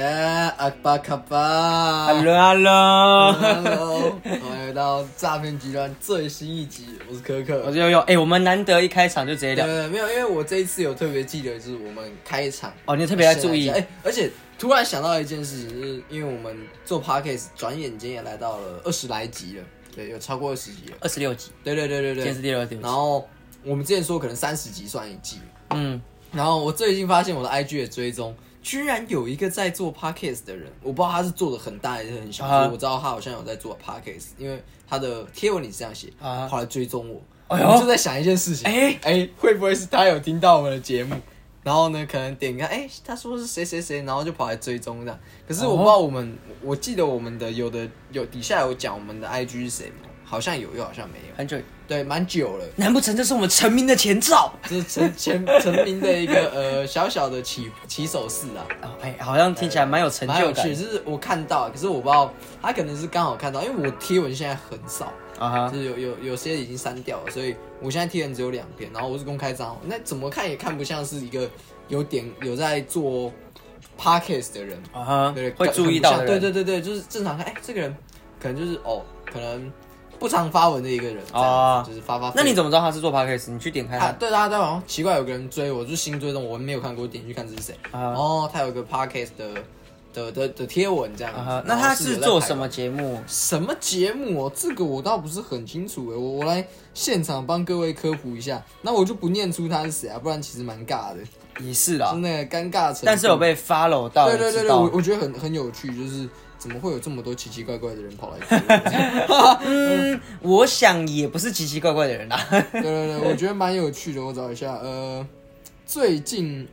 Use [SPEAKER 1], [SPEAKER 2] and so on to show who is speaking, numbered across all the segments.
[SPEAKER 1] 阿巴卡巴
[SPEAKER 2] Hello Hello，
[SPEAKER 1] Hello，欢迎来到诈骗集团最新一集，我是可
[SPEAKER 2] 我
[SPEAKER 1] 可。
[SPEAKER 2] 是悠悠。哎、我们难得一开场就直接聊，
[SPEAKER 1] 呃，没有，因为我这一次有特别记得，就是我们开场
[SPEAKER 2] 哦，你特别在注意
[SPEAKER 1] 哎、，而且突然想到一件事情，就是因为我们做 podcast，转眼间也来到了二十来集了，对，有超过二十集了。
[SPEAKER 2] 二十六集，
[SPEAKER 1] 对对对
[SPEAKER 2] 今
[SPEAKER 1] 对
[SPEAKER 2] 天是
[SPEAKER 1] 对。
[SPEAKER 2] 第六集。
[SPEAKER 1] 然后我们之前说可能三十集算一季，
[SPEAKER 2] 嗯，
[SPEAKER 1] 然后我最近发现我的 IG 的追踪，居然有一个在做 podcast 的人，我不知道他是做的很大还是很小，
[SPEAKER 2] 啊
[SPEAKER 1] 可是我知道他好像有在做 podcast，因为他的贴文里是这样写，
[SPEAKER 2] 啊
[SPEAKER 1] 跑来追踪我，
[SPEAKER 2] 哎呦
[SPEAKER 1] 我就在想一件事情，
[SPEAKER 2] 哎
[SPEAKER 1] 哎，会不会是他有听到我们的节目？然后呢，可能点开，哎，他说是谁谁谁，然后就跑来追踪这样。可是我不知道我们，我记得我们的有的有底下有讲我们的 IG 是谁吗？好像有，又好像没有。
[SPEAKER 2] 很久，
[SPEAKER 1] 对，蛮久了。
[SPEAKER 2] 难不成这是我们成名的前兆？
[SPEAKER 1] 这是成前成 名的一个呃小小的起起手式啊，
[SPEAKER 2] 哦哎、好像听起来蛮有成
[SPEAKER 1] 蛮
[SPEAKER 2] 就
[SPEAKER 1] 有
[SPEAKER 2] 感
[SPEAKER 1] 趣。就是我看到，可是我不知道他可能是刚好看到，因为我贴文现在很少，
[SPEAKER 2] 啊哈
[SPEAKER 1] 就，是有有有些已经删掉了，所以我现在贴文只有两篇，然后我是公开账号，那怎么看也看不像是一个有点有在做 podcast 的人，
[SPEAKER 2] 啊哈
[SPEAKER 1] 对，，
[SPEAKER 2] 会注意到的
[SPEAKER 1] 很
[SPEAKER 2] 人。
[SPEAKER 1] 不像对对对对，就是正常看，哎、这个人可能就是哦，可能不常发文的一个人，这样子
[SPEAKER 2] 哦
[SPEAKER 1] 就是发发。
[SPEAKER 2] 那你怎么知道他是做 podcast？你去点开他
[SPEAKER 1] 啊，对，大家都好像奇怪，有个人追我，就是新追踪，我没有看过，点进去看这是谁。
[SPEAKER 2] 啊
[SPEAKER 1] 然后他有个 podcast 的的的的贴文这样子
[SPEAKER 2] 啊哈。
[SPEAKER 1] 然
[SPEAKER 2] 那
[SPEAKER 1] 后
[SPEAKER 2] 他
[SPEAKER 1] 是
[SPEAKER 2] 是
[SPEAKER 1] 有在
[SPEAKER 2] 做
[SPEAKER 1] 排
[SPEAKER 2] 什么节目？
[SPEAKER 1] 什么节目哦？这个我倒不是很清楚欸诶，我我来现场帮各位科普一下。那我就不念出他是谁啊，不然其实蛮尬的，就
[SPEAKER 2] 也是啦
[SPEAKER 1] 是，那个尴尬程度。
[SPEAKER 2] 啊但是有被 follow 到，
[SPEAKER 1] 对对对
[SPEAKER 2] 知
[SPEAKER 1] 对，
[SPEAKER 2] 道
[SPEAKER 1] 我我觉得很很有趣，就是怎么会有这么多奇奇怪怪的人跑来追我？
[SPEAKER 2] 嗯，我想也不是奇奇怪怪的人啊啦。
[SPEAKER 1] 对对对，我觉得蛮有趣的。我找一下，呃，最近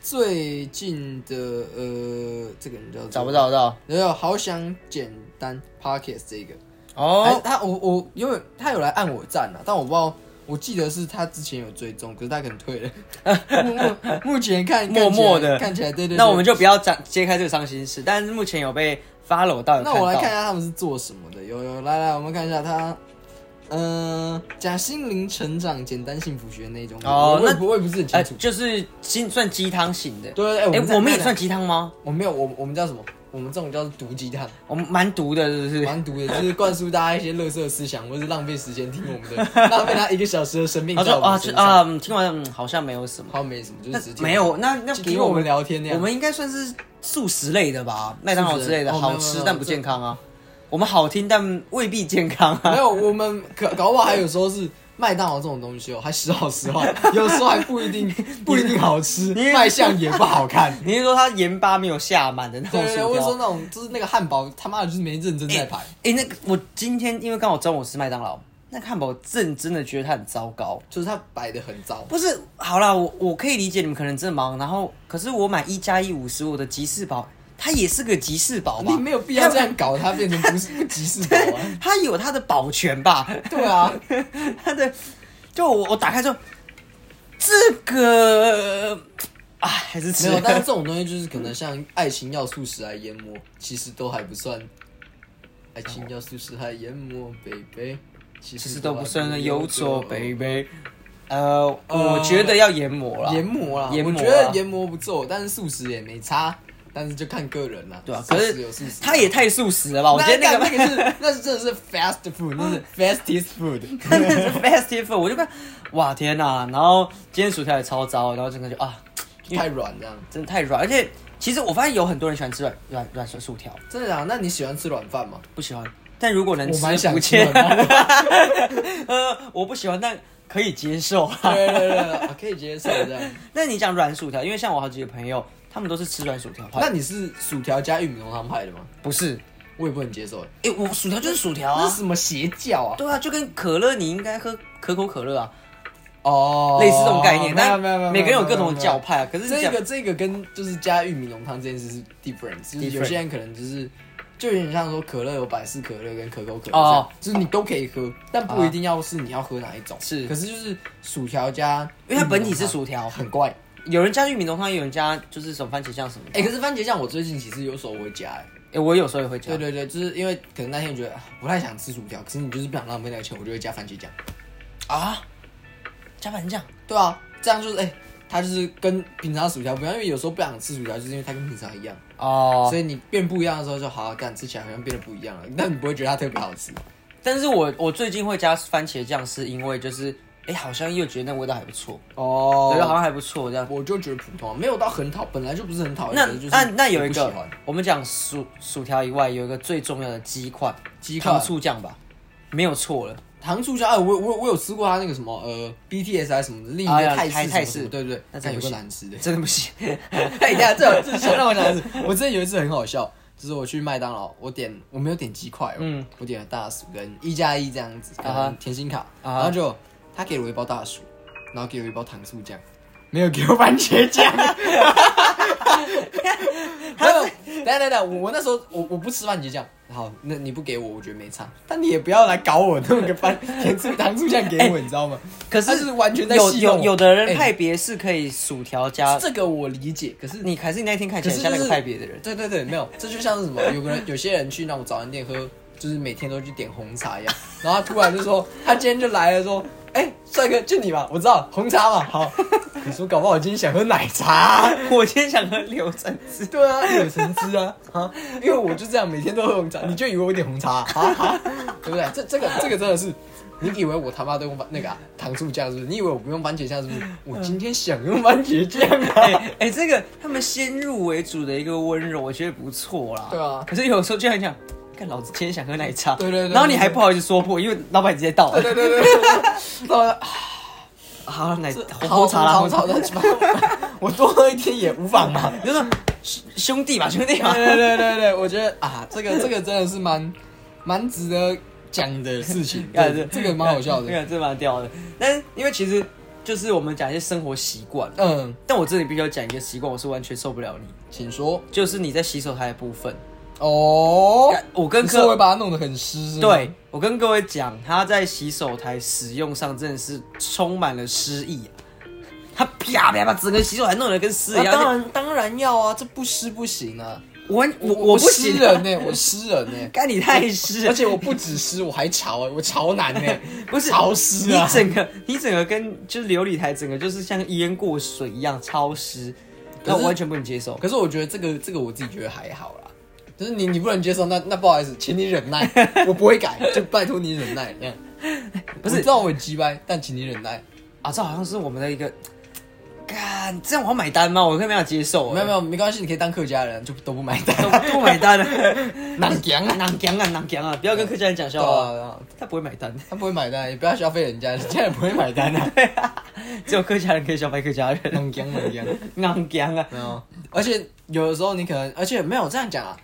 [SPEAKER 1] 最近的呃，这个人叫做
[SPEAKER 2] 找不，找得到？
[SPEAKER 1] 没有，好想简单 Pockets 这个，还是
[SPEAKER 2] 哦，
[SPEAKER 1] 他我我因为他有来按我赞啊，但我不知道。我记得是他之前有追踪，可是他可能退 了。目目目前看
[SPEAKER 2] 默
[SPEAKER 1] 看起
[SPEAKER 2] 默
[SPEAKER 1] 来
[SPEAKER 2] 的
[SPEAKER 1] 看起来，对对对。
[SPEAKER 2] 那我们就不要展揭开这个伤心事。但是目前有被 follow 到，有
[SPEAKER 1] 那我来
[SPEAKER 2] 到
[SPEAKER 1] 看一下他们是做什么的。有有，来来，我们看一下他，嗯、讲心灵成长、简单幸福学那一种。
[SPEAKER 2] 哦
[SPEAKER 1] 我也
[SPEAKER 2] 那
[SPEAKER 1] 不我也不是很清
[SPEAKER 2] 呃，
[SPEAKER 1] 楚。
[SPEAKER 2] 就是鸡算鸡汤型的。
[SPEAKER 1] 对，哎、
[SPEAKER 2] 哎、
[SPEAKER 1] 们
[SPEAKER 2] 我们也
[SPEAKER 1] 在
[SPEAKER 2] 算，鸡汤吗？
[SPEAKER 1] 我没有，我我们叫什么？我们这种叫做毒鸡汤，
[SPEAKER 2] 我们蛮毒的，是不哦是？
[SPEAKER 1] 蛮毒的，就是灌输大家一些垃圾思想，或是浪费时间听我们的，浪费他一个小时的生命
[SPEAKER 2] 他
[SPEAKER 1] 在
[SPEAKER 2] 说
[SPEAKER 1] 我
[SPEAKER 2] 啊，
[SPEAKER 1] 们
[SPEAKER 2] 这
[SPEAKER 1] 身
[SPEAKER 2] 啊、
[SPEAKER 1] 上。
[SPEAKER 2] 嗯听完、嗯、好像没有什么。
[SPEAKER 1] 好像没什么，就是
[SPEAKER 2] 那
[SPEAKER 1] 直接
[SPEAKER 2] 没，有，那那
[SPEAKER 1] 听
[SPEAKER 2] 给
[SPEAKER 1] 我
[SPEAKER 2] 我
[SPEAKER 1] 们
[SPEAKER 2] 们，
[SPEAKER 1] 聊天那样。
[SPEAKER 2] 我们应该算是素食类的吧，麦当劳之类的，
[SPEAKER 1] 素食类哦
[SPEAKER 2] 好
[SPEAKER 1] 没有没
[SPEAKER 2] 吃
[SPEAKER 1] 有
[SPEAKER 2] 但不健康啊。我们好听但未必健康
[SPEAKER 1] 没
[SPEAKER 2] 啊。
[SPEAKER 1] 有，我们可搞不好还有时候是麦当劳这种东西哦，还实话实话，有时候还不一 定不一定好吃，
[SPEAKER 2] 你
[SPEAKER 1] 卖相也不好看。
[SPEAKER 2] 你是说它盐巴没有下满的那种
[SPEAKER 1] 对对，
[SPEAKER 2] 薯条？
[SPEAKER 1] 我是说那种就是那个汉堡，他妈的就是没认真在排，
[SPEAKER 2] 哎、那个我今天因为刚好中午吃麦当劳，那个汉堡认真的觉得它很糟糕。
[SPEAKER 1] 就是他摆的很糟。
[SPEAKER 2] 不是，好啦，我我可以理解你们可能真的忙，然后可是我买一加一五十五的吉士堡，它也是个吉士堡吧？
[SPEAKER 1] 你没有必要这样搞，它变成不是不吉 士堡啊！
[SPEAKER 2] 它有它的保全吧？
[SPEAKER 1] 对啊，
[SPEAKER 2] 它的，就我我打开之后，这个啊还是吃
[SPEAKER 1] 没有， 但是这种东西就是可能像爱情要素食来研磨，其实都还不算。爱情要素食还研磨，baby，其
[SPEAKER 2] 其
[SPEAKER 1] 实
[SPEAKER 2] 实都不算
[SPEAKER 1] 还
[SPEAKER 2] 的
[SPEAKER 1] 没啊
[SPEAKER 2] 有所
[SPEAKER 1] 做
[SPEAKER 2] baby。呃，
[SPEAKER 1] 呃
[SPEAKER 2] 我觉得要研磨啦，
[SPEAKER 1] 研磨啦，
[SPEAKER 2] 研磨
[SPEAKER 1] 我
[SPEAKER 2] 啦
[SPEAKER 1] 觉得研磨不错，但是素食也没差，但是就看个人啦。
[SPEAKER 2] 对啊，
[SPEAKER 1] 素
[SPEAKER 2] 可
[SPEAKER 1] 食
[SPEAKER 2] 是
[SPEAKER 1] 有素食，
[SPEAKER 2] 它也太素食了吧？我觉得那
[SPEAKER 1] 那那
[SPEAKER 2] 个
[SPEAKER 1] 个是那是真的是 fast food，那是 fastest food。
[SPEAKER 2] 真 的是 fast food，我就看，哇天呐、然后今天薯条也超糟，然后整个就啊，
[SPEAKER 1] 太软这样。
[SPEAKER 2] 真的太软，而且其实我发现有很多人喜欢吃软软软薯薯条，
[SPEAKER 1] 真的啊？那你喜欢吃软饭吗？
[SPEAKER 2] 不喜欢。但如果能
[SPEAKER 1] 我
[SPEAKER 2] 吃，
[SPEAKER 1] 蛮想
[SPEAKER 2] 不
[SPEAKER 1] 吃
[SPEAKER 2] 见
[SPEAKER 1] 软饭的。
[SPEAKER 2] 呃，我不喜欢，但可以接受啊。
[SPEAKER 1] 对对对，对可以接受这样。
[SPEAKER 2] 那你讲软薯条，因为像我好几个朋友，他们都是吃软薯条
[SPEAKER 1] 那
[SPEAKER 2] 派，
[SPEAKER 1] 你是薯条加玉米浓汤派的吗？
[SPEAKER 2] 不是？
[SPEAKER 1] 我也不能接受。
[SPEAKER 2] 哎、我薯条就是薯条
[SPEAKER 1] 那
[SPEAKER 2] 啊
[SPEAKER 1] 是。什么邪教啊？
[SPEAKER 2] 对啊，就跟可乐，你应该喝可口可乐啊，
[SPEAKER 1] 哦
[SPEAKER 2] 类似这种概念。
[SPEAKER 1] 没有
[SPEAKER 2] 但
[SPEAKER 1] 没有没有，
[SPEAKER 2] 每个人有各
[SPEAKER 1] 没
[SPEAKER 2] 种
[SPEAKER 1] 没
[SPEAKER 2] 教派啊。可是你
[SPEAKER 1] 这
[SPEAKER 2] 讲
[SPEAKER 1] 个这个跟就是加玉米浓汤这件事是 different，就是有
[SPEAKER 2] Different
[SPEAKER 1] 些人可能就是就有点像说可乐有百事可乐跟可口可乐这样，
[SPEAKER 2] 哦
[SPEAKER 1] 就是你都可以喝，但不一定要是你要喝哪一种。
[SPEAKER 2] 是
[SPEAKER 1] 可是就是薯条加，
[SPEAKER 2] 因为它本
[SPEAKER 1] 嗯
[SPEAKER 2] 体是薯条
[SPEAKER 1] 很怪。
[SPEAKER 2] 有人加玉米浓汤，有人加就是什么番茄酱什么的。
[SPEAKER 1] 哎、可是番茄酱我最近其实有时候会加、哎，
[SPEAKER 2] 哎、我有时候也会加。
[SPEAKER 1] 对对对，就是因为可能那天觉得啊不太想吃薯条，可是你就是不想浪费那个钱，我就会加番茄酱。
[SPEAKER 2] 啊啊，加番茄酱，
[SPEAKER 1] 对啊，这样就是哎、它就是跟平常薯条不一样，因为有时候不想吃薯条，就是因为它跟平常一样，
[SPEAKER 2] 哦、
[SPEAKER 1] 所以你变不一样的时候就好好干，吃起来好像变得不一样了，但你不会觉得它特别好吃。
[SPEAKER 2] 但是我我最近会加番茄酱，是因为就是哎、好像又觉得那味道还不错，
[SPEAKER 1] 哦
[SPEAKER 2] 对，好像还不错这样。
[SPEAKER 1] 我就觉得普通，没有到很讨，本来就不是很讨厌。
[SPEAKER 2] 那
[SPEAKER 1] 哦就是
[SPEAKER 2] 那那有一
[SPEAKER 1] 不喜
[SPEAKER 2] 个
[SPEAKER 1] 欢，
[SPEAKER 2] 我们讲薯薯条以外，有一个最重要的鸡块，
[SPEAKER 1] 鸡块
[SPEAKER 2] 糖醋酱吧，没有错 了。
[SPEAKER 1] 糖醋酱，哎，我我我有吃过它那个什么呃 BTS 还是什么的另一
[SPEAKER 2] 哎
[SPEAKER 1] 个
[SPEAKER 2] 呀
[SPEAKER 1] 泰式
[SPEAKER 2] 泰
[SPEAKER 1] 什么
[SPEAKER 2] 泰
[SPEAKER 1] 什
[SPEAKER 2] 式
[SPEAKER 1] 么对不对？
[SPEAKER 2] 那真
[SPEAKER 1] 有
[SPEAKER 2] 不
[SPEAKER 1] 个
[SPEAKER 2] 行
[SPEAKER 1] 难吃的。
[SPEAKER 2] 真的不行。
[SPEAKER 1] 哎呀，这有这 想让我想的是，我之前有一次很好笑，就是我去麦当劳，我点我没有点鸡块、哦，
[SPEAKER 2] 嗯
[SPEAKER 1] 我点了大薯跟一加一这样子，
[SPEAKER 2] 啊哈
[SPEAKER 1] 啊，甜心卡，
[SPEAKER 2] 哈
[SPEAKER 1] 然后就他给了我一包大薯，然后给了我一包糖醋酱，没有给我番茄酱。 没有，等一下等一下，我我那时候我我不吃番茄酱，好，那你不给我，我觉得没差，但你也不要来搞我弄个番 甜醋糖醋酱给我，你知道吗？
[SPEAKER 2] 哎可
[SPEAKER 1] 他
[SPEAKER 2] 是
[SPEAKER 1] 是完全在
[SPEAKER 2] 有
[SPEAKER 1] 戏弄
[SPEAKER 2] 有
[SPEAKER 1] 我
[SPEAKER 2] 有的人
[SPEAKER 1] 哎
[SPEAKER 2] 派别是可以薯条加，
[SPEAKER 1] 这个我理解，可是
[SPEAKER 2] 你还是你那天看起
[SPEAKER 1] 可
[SPEAKER 2] 来
[SPEAKER 1] 是就
[SPEAKER 2] 很像那
[SPEAKER 1] 是
[SPEAKER 2] 个派别的人。
[SPEAKER 1] 对对对，没有，这就像是什么，有个人有些人去那种早餐店喝，就是每天都去点红茶一样，然后他突然就说，他今天就来了说，哎、帅哥就你吧，我知道红茶嘛，好，你说搞不好我今天想喝奶茶，
[SPEAKER 2] 我今天想喝柳橙汁，
[SPEAKER 1] 对啊，柳橙汁啊，啊，因为我就这样每天都喝红茶，你就以为我点红茶啊，啊啊对不对？这这个这个真的是。你以为我他妈都用番那个、啊、糖醋酱是不是？你以为我不用番茄酱是不是？我今天想用番茄酱
[SPEAKER 2] 哎、
[SPEAKER 1] 啊！
[SPEAKER 2] 哎、这个他们先入为主的一个温柔，我觉得不错啦。
[SPEAKER 1] 对啊
[SPEAKER 2] 可是有时候就很想，看老子今天想喝奶茶，
[SPEAKER 1] 对对对对
[SPEAKER 2] 然后你还不好意思说破，因为老板直接到了。
[SPEAKER 1] 对对对对对，到了
[SPEAKER 2] 好，奶红
[SPEAKER 1] 好
[SPEAKER 2] 红茶啦，红茶
[SPEAKER 1] 好。的， 我多喝一天也无妨嘛。
[SPEAKER 2] 你就说兄兄弟吧，兄弟
[SPEAKER 1] 对
[SPEAKER 2] 吧。
[SPEAKER 1] 对对对对，我觉得啊，这个这个真的是蛮蛮值得讲的事情， 对，这个蛮好笑
[SPEAKER 2] 对
[SPEAKER 1] 的。，
[SPEAKER 2] 这蛮屌的。但是因为其实就是我们讲一些生活习惯，
[SPEAKER 1] 嗯，
[SPEAKER 2] 但我这里必须要讲一个习惯，我是完全受不了你，
[SPEAKER 1] 请说。
[SPEAKER 2] 就是你在洗手台的部分。
[SPEAKER 1] 哦，
[SPEAKER 2] 我跟
[SPEAKER 1] 各
[SPEAKER 2] 各
[SPEAKER 1] 位把它弄得很湿，是吗
[SPEAKER 2] 对，我跟各位讲，他在洗手台使用上真的是充满了诗意、啊。他啪啪啪，整个洗手台弄得跟诗一
[SPEAKER 1] 那
[SPEAKER 2] 样。
[SPEAKER 1] 啊哦当然当然要啊，这不湿不行啊。
[SPEAKER 2] 我完我
[SPEAKER 1] 我
[SPEAKER 2] 我不
[SPEAKER 1] 湿
[SPEAKER 2] 行
[SPEAKER 1] 人
[SPEAKER 2] 啊，
[SPEAKER 1] 呢，我湿人 呢。
[SPEAKER 2] 干你太湿了，
[SPEAKER 1] 而且我不止湿，我还潮哎，我潮男呢，
[SPEAKER 2] 不是
[SPEAKER 1] 潮湿啊
[SPEAKER 2] 你。整个你整个跟就是琉璃台整个就是像淹过水一样超湿，
[SPEAKER 1] 可
[SPEAKER 2] 那
[SPEAKER 1] 是
[SPEAKER 2] 我完全不能接受。
[SPEAKER 1] 可是我觉得这个这个我自己觉得还好啦，就是你你不能接受，那那不好意思，请你忍耐， 我不会改，就拜托你忍耐。这样
[SPEAKER 2] 不是
[SPEAKER 1] 我知道我很鸡掰，但请你忍耐。
[SPEAKER 2] 啊，这好像是我们的一个，干这样我要买单吗？我根本没有接受、
[SPEAKER 1] 没有没
[SPEAKER 2] 有，
[SPEAKER 1] 有，没关系，你可以当客家人，就都不买单。
[SPEAKER 2] 都不买单了，
[SPEAKER 1] 南洋啊，
[SPEAKER 2] 囊强啊囊强啊！不要跟客家人 讲
[SPEAKER 1] 对
[SPEAKER 2] 笑
[SPEAKER 1] 啊，
[SPEAKER 2] 话，
[SPEAKER 1] 对啊
[SPEAKER 2] 他不会买单，
[SPEAKER 1] 他不会买单，也不要消费人家，人家也不会买单啊 的。
[SPEAKER 2] 只有客家人可以消费客家人，
[SPEAKER 1] 南洋南洋，
[SPEAKER 2] 囊强啊！
[SPEAKER 1] 没有。嗯而且有的时候你可能，而且没有这样讲啊，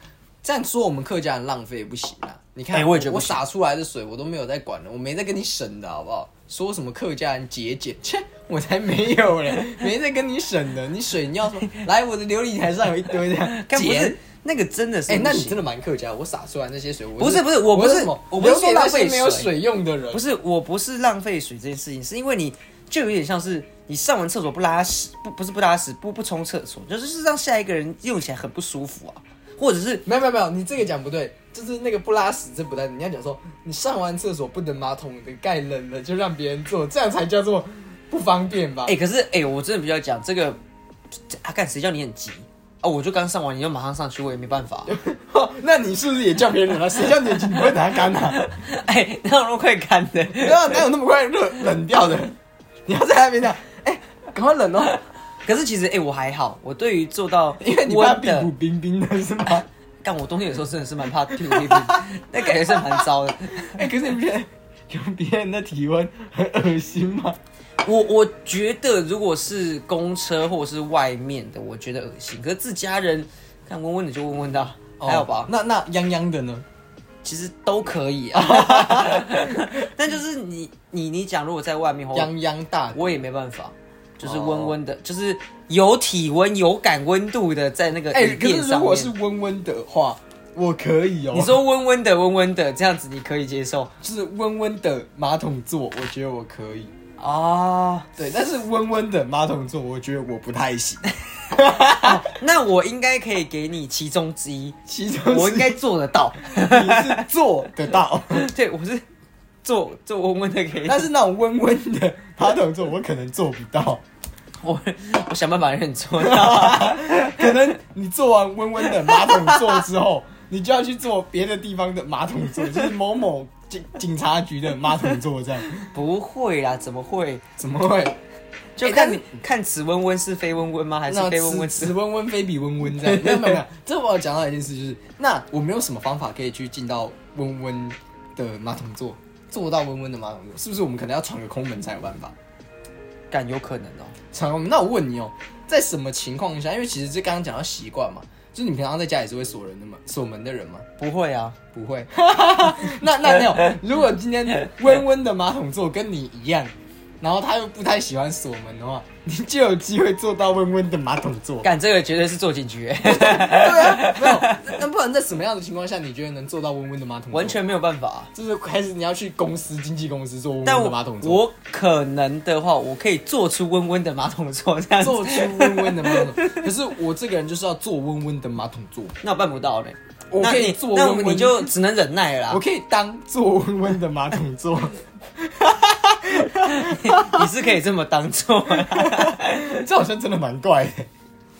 [SPEAKER 1] 这样说我们客家人浪费也不行啊。你看，
[SPEAKER 2] 哎我也觉得
[SPEAKER 1] 我
[SPEAKER 2] 不行
[SPEAKER 1] 洒出来的水我都没有在管了，我没在跟你省的好不好？说什么客家人节俭，切，我才没有嘞，没在跟你省的。你水你要说，来我的琉璃台上有一堆这样
[SPEAKER 2] 干不
[SPEAKER 1] 节
[SPEAKER 2] 是。那个真的是不
[SPEAKER 1] 哎、
[SPEAKER 2] 行，
[SPEAKER 1] 那你真的蛮客家，我洒出来那些水，我
[SPEAKER 2] 不是不是我不是
[SPEAKER 1] 什么
[SPEAKER 2] 我不是
[SPEAKER 1] 留给
[SPEAKER 2] 说浪
[SPEAKER 1] 那些
[SPEAKER 2] 费
[SPEAKER 1] 没有
[SPEAKER 2] 水
[SPEAKER 1] 水用的人
[SPEAKER 2] 不，是，我不是浪费水这件事情，是因为你就有点像是你上完厕所不拉屎，不不是不拉屎，不不冲厕所，就是是让下一个人用起来很不舒服啊，或者是
[SPEAKER 1] 没有没有没有，你这个讲不对，就是那个不拉屎这不对，你要讲说你上完厕所不等马桶的盖冷了就让别人坐，这样才叫做不方便吧？
[SPEAKER 2] 哎、可是哎、我真的比较讲这个，这啊，干谁叫你很急啊？我就刚上完，你就马上上去，我也没办 法、
[SPEAKER 1] 那你是不是也叫别人了？谁叫你你会拿干啊？
[SPEAKER 2] 哎、哪有那么快干的？
[SPEAKER 1] 对啊，哪有那么快热冷掉的？你要在那边讲，哎、赶快冷哦，
[SPEAKER 2] 可是其实哎、我还好，我对于做到
[SPEAKER 1] 因为你怕
[SPEAKER 2] 温
[SPEAKER 1] 屁股
[SPEAKER 2] 的，
[SPEAKER 1] 冰冰的是吗？
[SPEAKER 2] 干我冬天有时候真的是蛮怕屁股屁股， 那感觉是蛮糟的。
[SPEAKER 1] 哎、可是你不觉得有别人的体温很恶心吗？
[SPEAKER 2] 我我觉得如果是公车或者是外面的，我觉得恶心。可是自家人看温温的就温温的啊，还好吧？
[SPEAKER 1] 那那泱泱的呢？
[SPEAKER 2] 其实都可以 啊。但就是你你你讲，如果在外面的话，
[SPEAKER 1] 泱泱大
[SPEAKER 2] 我也没办法，就是温温的，就是有体温、有感温度的，在那个
[SPEAKER 1] 哎、
[SPEAKER 2] 椅
[SPEAKER 1] 可
[SPEAKER 2] 垫
[SPEAKER 1] 是如
[SPEAKER 2] 上
[SPEAKER 1] 果是
[SPEAKER 2] 面。
[SPEAKER 1] 温温的话，我可以哦。
[SPEAKER 2] 你说温温的、温温的这样子，你可以接受
[SPEAKER 1] 就是温温的马桶座，我觉得我可以。
[SPEAKER 2] 哦。
[SPEAKER 1] 对，但是温温的马桶座，我觉得我不太 行。
[SPEAKER 2] 那我应该可以给你其中之一，
[SPEAKER 1] 其中
[SPEAKER 2] 我应该做得 到。
[SPEAKER 1] 你是做得 到，
[SPEAKER 2] 对，我是做做温温的给你。
[SPEAKER 1] 但是那种温温的马桶座，我可能做不到。
[SPEAKER 2] 我我想办法让你 做到。
[SPEAKER 1] 可能你做完温温的马桶座之 后，你就要去做别的地方的马桶座，就是某某警警察局的马桶座这样。
[SPEAKER 2] 不会啦，怎么会？
[SPEAKER 1] 怎么会？
[SPEAKER 2] 就
[SPEAKER 1] 欸
[SPEAKER 2] 看
[SPEAKER 1] 但
[SPEAKER 2] 你、看此温温是非温温吗？还是
[SPEAKER 1] 那
[SPEAKER 2] 非温温
[SPEAKER 1] 此
[SPEAKER 2] 是
[SPEAKER 1] 此温温非彼温温这样。没有没有没有，这我要讲到一件事，就是那我没有什么方法可以去进到温温的马桶座，做到温温的马桶座，是不是我们可能要闯个空门才有办法？
[SPEAKER 2] 敢有可能哦、
[SPEAKER 1] 常用。那我问你哦，在什么情况下？因为其实这刚刚讲到习惯嘛，就是你平常在家也是会锁人的嘛，锁门的人嘛。
[SPEAKER 2] 不会啊，
[SPEAKER 1] 不会， 那那没有。如果今天温温的马桶座跟你一样，然后他又不太喜欢锁门的话，你就有机会做到温温的马桶座。
[SPEAKER 2] 干这个绝对是做警局、
[SPEAKER 1] 对啊，没有。那那不然在什么样的情况下，你觉得能做到温温的马桶座？
[SPEAKER 2] 完全没有办法啊、
[SPEAKER 1] 就是开始你要去公司经纪公司做温
[SPEAKER 2] 但
[SPEAKER 1] 温
[SPEAKER 2] 我
[SPEAKER 1] 的马桶座，
[SPEAKER 2] 我可能的话，我可以做出温温的马桶座这样子，
[SPEAKER 1] 做出温温的马桶座。可是我这个人就是要做温温的马桶座，
[SPEAKER 2] 那我办不到嘞。
[SPEAKER 1] 我
[SPEAKER 2] 那
[SPEAKER 1] 可以
[SPEAKER 2] 你
[SPEAKER 1] 做
[SPEAKER 2] 那
[SPEAKER 1] 温温
[SPEAKER 2] 你就只能忍耐了
[SPEAKER 1] 我
[SPEAKER 2] 啦。
[SPEAKER 1] 可以当做温温的马桶座。
[SPEAKER 2] 你是可以这么当做啦，
[SPEAKER 1] 这好像真的蛮怪的。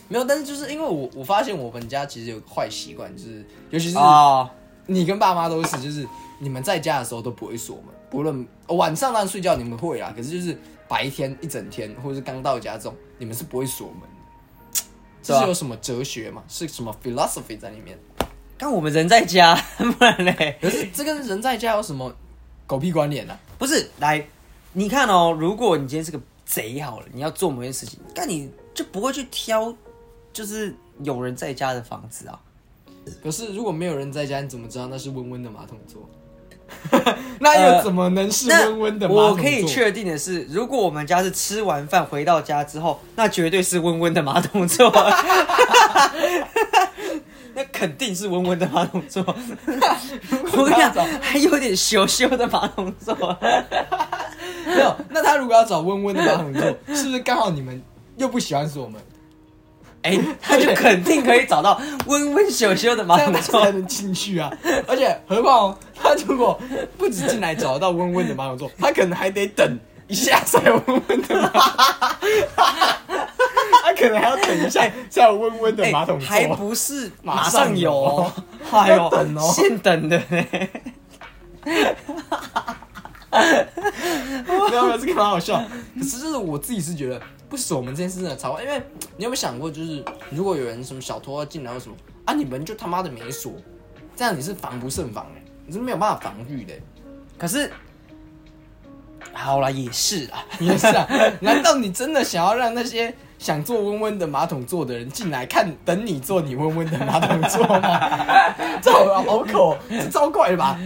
[SPEAKER 1] 没有，但是就是因为我我发现我们家其实有个坏习惯，就是尤其是
[SPEAKER 2] 哦，
[SPEAKER 1] 你跟爸妈都是，就是你们在家的时候都不会锁门，不论、哦晚上当然睡觉你们会啦，可是就是白天一整天或者是刚到家这种，你们是不会锁门的这
[SPEAKER 2] 对
[SPEAKER 1] 是
[SPEAKER 2] 啊
[SPEAKER 1] 有什么哲学嘛？是什么 philosophy 在里面？
[SPEAKER 2] 但我们人在家， 不然嘞，
[SPEAKER 1] 可是这跟人在家有什么狗屁关联呢、啊？
[SPEAKER 2] 不是来，你看哦，如果你今天是个贼好了，你要做某件事情，但你就不会去挑，就是有人在家的房子啊。
[SPEAKER 1] 可是如果没有人在家，你怎么知道那是温温的马桶座？ 那又怎么能是
[SPEAKER 2] 呃那
[SPEAKER 1] 温温的马桶座？
[SPEAKER 2] 我可以确定的是，如果我们家是吃完饭回到家之后，那绝对是温温的马桶座， 那肯定是温温的马桶 座。我跟你讲，还有点羞羞的马桶座，
[SPEAKER 1] 没有，那他如果要找温温的马桶座，是不是刚好你们又不喜欢锁门，
[SPEAKER 2] 哎、他就肯定可以找到温温羞羞的马
[SPEAKER 1] 这样
[SPEAKER 2] 桶
[SPEAKER 1] 他
[SPEAKER 2] 座
[SPEAKER 1] 才。能进去 啊？而且何况哦、他如果不止进来找得到温温的马桶座，他可能还得等一下才有温温的马桶， 他可能还要等一下才有温温的马桶座。
[SPEAKER 2] 哎还不是马
[SPEAKER 1] 马
[SPEAKER 2] 上
[SPEAKER 1] 上有
[SPEAKER 2] 有、哦
[SPEAKER 1] 哦，
[SPEAKER 2] 哎呦
[SPEAKER 1] 要等哦
[SPEAKER 2] 现等的呢，
[SPEAKER 1] 没有没有，这个蛮好笑。可是就是我自己是觉得不锁门这件事真的超坏，因为你有没有想过，就是如果有人什么小偷要进来或什么啊，你门就他妈的没锁，这样你是防不胜防的、欸你是没有办法防御的、欸
[SPEAKER 2] 可是好啦，也是啦，
[SPEAKER 1] 也是啊，难道你真的想要让那些想坐温温的马桶座的人进来看，等你坐你温温的马桶座 吗？这好好口，这超怪的吧？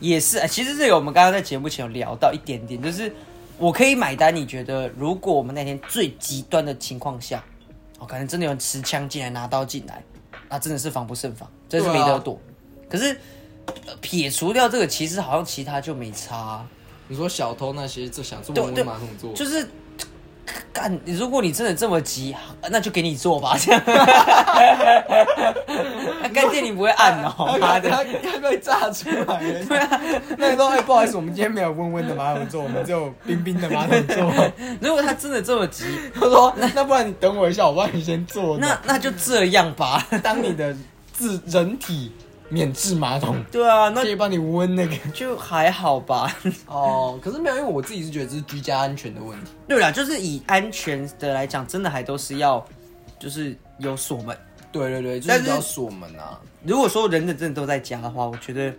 [SPEAKER 2] 也是。哎其实这个我们刚刚在节目前有聊到一点点，就是我可以买单。你觉得如果我们那天最极端的情况下，哦，可能真的有人持枪进来，拿刀进来，那真的是防不胜防，真是没
[SPEAKER 1] 对
[SPEAKER 2] 得
[SPEAKER 1] 啊
[SPEAKER 2] 躲。可是、呃撇除掉这个，其实好像其他就没差啊、
[SPEAKER 1] 你说小偷那些就想坐
[SPEAKER 2] 对
[SPEAKER 1] 温
[SPEAKER 2] 对
[SPEAKER 1] 温马桶座，
[SPEAKER 2] 就是干，如果你真的这么急，那就给你做吧， 这样。那干电你不会按 哦，妈
[SPEAKER 1] 他
[SPEAKER 2] 的！
[SPEAKER 1] 他该被炸出来 了。对啊，那你说哎，不好意思，我们今天没有温温的马桶座，我们只有冰冰的马桶 座。
[SPEAKER 2] 如果他真的这么急，
[SPEAKER 1] 他说那不然你等我一下，我帮你先坐。
[SPEAKER 2] 那那就这样吧。
[SPEAKER 1] 当你的自人体免治马桶，
[SPEAKER 2] 对啊，那
[SPEAKER 1] 可以帮你温那个。
[SPEAKER 2] 就还好吧。
[SPEAKER 1] 哦，可是没有，因为我自己是觉得这是居家安全的问题。
[SPEAKER 2] 对啦，就是以安全的来讲，真的还都是要就是有锁门。
[SPEAKER 1] 对对对，就
[SPEAKER 2] 但
[SPEAKER 1] 是
[SPEAKER 2] 是
[SPEAKER 1] 不要锁门啊。
[SPEAKER 2] 如果说人人真的都在家的话，我觉得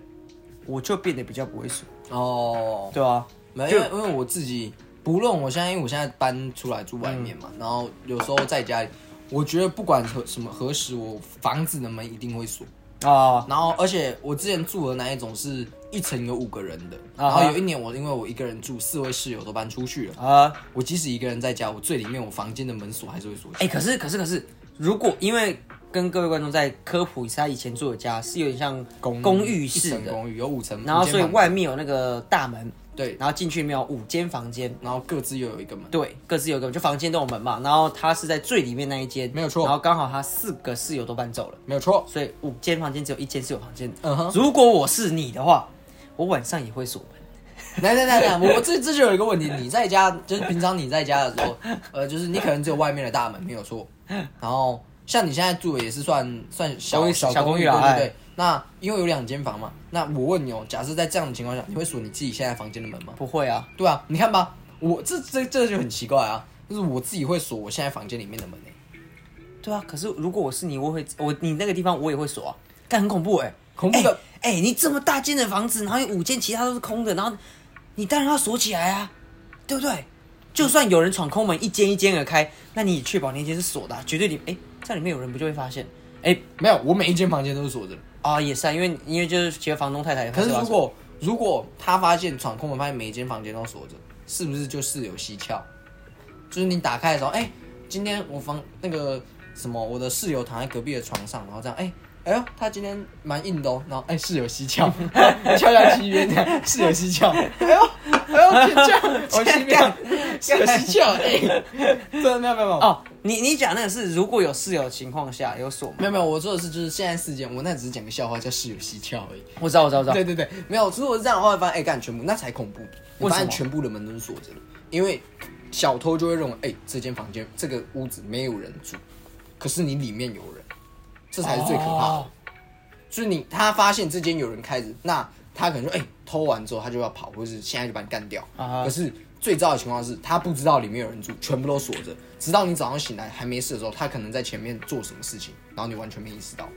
[SPEAKER 2] 我就变得比较不会锁，
[SPEAKER 1] 哦，
[SPEAKER 2] 对啊，
[SPEAKER 1] 没
[SPEAKER 2] 就
[SPEAKER 1] 有，因为因为我自己，不论我现在，因为我现在搬出来住外面
[SPEAKER 2] 嗯
[SPEAKER 1] 嘛，然后有时候在家里，我觉得不管何什么何时，我房子的门一定会锁。
[SPEAKER 2] 啊，
[SPEAKER 1] 然后，而且我之前住的那一种是一层有五个人的，
[SPEAKER 2] 啊
[SPEAKER 1] 然
[SPEAKER 2] 哈
[SPEAKER 1] 后有一年我因为我一个人住，四位室友都搬出去了。
[SPEAKER 2] 啊。
[SPEAKER 1] 我即使一个人在家，我最里面我房间的门锁还是会锁起来。
[SPEAKER 2] 哎、可是可是可是，如果因为跟各位观众在科普一下，以前住的家是有点像公寓
[SPEAKER 1] 一
[SPEAKER 2] 式
[SPEAKER 1] 层
[SPEAKER 2] 哎的，
[SPEAKER 1] 公寓有五层，
[SPEAKER 2] 然后
[SPEAKER 1] 五间
[SPEAKER 2] 所以
[SPEAKER 1] 房
[SPEAKER 2] 外面有那个大门，
[SPEAKER 1] 对，
[SPEAKER 2] 然后进去里面有五间房间，
[SPEAKER 1] 然后各自又有一个门。
[SPEAKER 2] 对，各自有一个就房间都有门嘛，然后他是在最里面那一间，
[SPEAKER 1] 没有错
[SPEAKER 2] 然后刚好他四个室友都搬走了，
[SPEAKER 1] 没有错，
[SPEAKER 2] 所以五间房间只有一间是有房间的。
[SPEAKER 1] 嗯哼，
[SPEAKER 2] 如果我是你的话，我晚上也会锁门，
[SPEAKER 1] 来来来来，我我这这就有一个问题，你在家就是平常你在家的时候，呃，就是你可能只有外面的大门没有错，然后像你现在住的也是算算
[SPEAKER 2] 公
[SPEAKER 1] 小
[SPEAKER 2] 寓小
[SPEAKER 1] 公
[SPEAKER 2] 公寓
[SPEAKER 1] 对
[SPEAKER 2] 啦
[SPEAKER 1] 对
[SPEAKER 2] 哎
[SPEAKER 1] 对。那因为有两间房嘛，那我问你哦，假设在这样的情况下，你会锁你自己现在房间的门吗？
[SPEAKER 2] 不会啊，
[SPEAKER 1] 对啊，你看吧，我这这这就很奇怪啊，就是我自己会锁我现在房间里面的门欸诶、
[SPEAKER 2] 对啊。可是如果我是你，我会我你那个地方我也会锁啊，但很恐怖哎、
[SPEAKER 1] 恐怖的
[SPEAKER 2] 哎、哎你这么大间的房子，然后有五间其他都是空的，然后你当然要锁起来啊，对不对？就算有人闯空门，一间一间的开，那你也确保那间是锁的啊、绝对你哎、在里面有人不就会发现？哎、
[SPEAKER 1] 没有，我每一间房间都是锁着的。
[SPEAKER 2] 啊，也是啊，因为因为就是其实房东太太也会
[SPEAKER 1] 哎可是
[SPEAKER 2] 知道
[SPEAKER 1] 如
[SPEAKER 2] 说
[SPEAKER 1] 果如果他发现闯空门，发现每一间房间都锁着，是不是就事有蹊跷？就是你打开的时候，哎、今天我房那个什么，我的室友躺在隔壁的床上，然后这样，哎、哎呦，他今天蛮硬的哦，然后哎，事有蹊跷， 敲下去约的，事有蹊跷，哎呦，哎呦，这样，我心里面事有蹊跷，哎、 真的没有没有没有，
[SPEAKER 2] 哦，你你讲那个是如果有室友的情况下有锁吗？
[SPEAKER 1] 没有没有，我说的是就是现在事件，我那只是讲个笑话，叫事有蹊跷而已。
[SPEAKER 2] 我知道我知道我知道，
[SPEAKER 1] 对对对，没有。如果是这样的话，发现哎干、全部那才恐怖。我
[SPEAKER 2] 为
[SPEAKER 1] 发
[SPEAKER 2] 什么
[SPEAKER 1] 现全部的门都是锁着的，因为小偷就会认为哎、这间房间这个屋子没有人住，可是你里面有人，这才是最可怕的。
[SPEAKER 2] 哦
[SPEAKER 1] 就是你他发现这间有人开着，那他可能说哎、偷完之后他就要跑，或是现在就把你干掉。
[SPEAKER 2] 啊哈
[SPEAKER 1] 可是最糟的情况是他不知道里面有人住，全部都锁着，直到你早上醒来还没事的时候，他可能在前面做什么事情，然后你完全没意识到。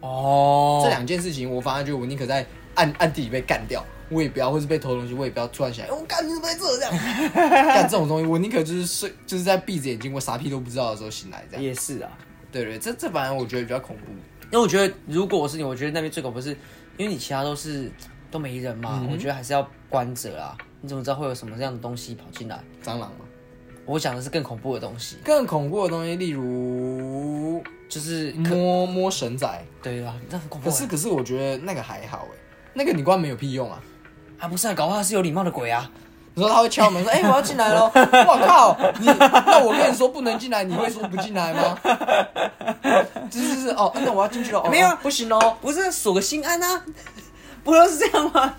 [SPEAKER 2] 哦，
[SPEAKER 1] 这两件事情，我反而觉得我宁可在暗暗地里被干掉，我也不要，或是被偷东西，我也不要突然想，哎我干你怎么会这样？ 干这种东西，我宁可就是睡，就是在闭着眼睛，我啥屁都不知道的时候醒来这 样。
[SPEAKER 2] 也是啊，
[SPEAKER 1] 对对，这这反而我觉得比较恐怖。
[SPEAKER 2] 因为我觉得如果我是你，我觉得那边最恐怖是，因为你其他都是都没人嘛，我觉得还是要关着啊。你怎么知道会有什么样的东西跑进来？
[SPEAKER 1] 蟑螂嘛，
[SPEAKER 2] 我讲的是更恐怖的东西，
[SPEAKER 1] 更恐怖的东西，例如
[SPEAKER 2] 就是可、
[SPEAKER 1] 摸摸绳仔。
[SPEAKER 2] 对啊，那很恐
[SPEAKER 1] 嗯
[SPEAKER 2] 怖
[SPEAKER 1] 可
[SPEAKER 2] 欸、
[SPEAKER 1] 是可是我觉得那个还好哎，那个你关门有屁用啊？
[SPEAKER 2] 啊，不是啊，搞不好他是有礼貌的鬼啊。
[SPEAKER 1] 你说他会敲门说：“哎、我要进来喽！”我靠，你那我跟你说不能进来，你会说不进来吗？就是是哦，那我要进去了。哦、
[SPEAKER 2] 没有
[SPEAKER 1] 哦不行哦。
[SPEAKER 2] 不是锁个心安啊，不都是这样吗？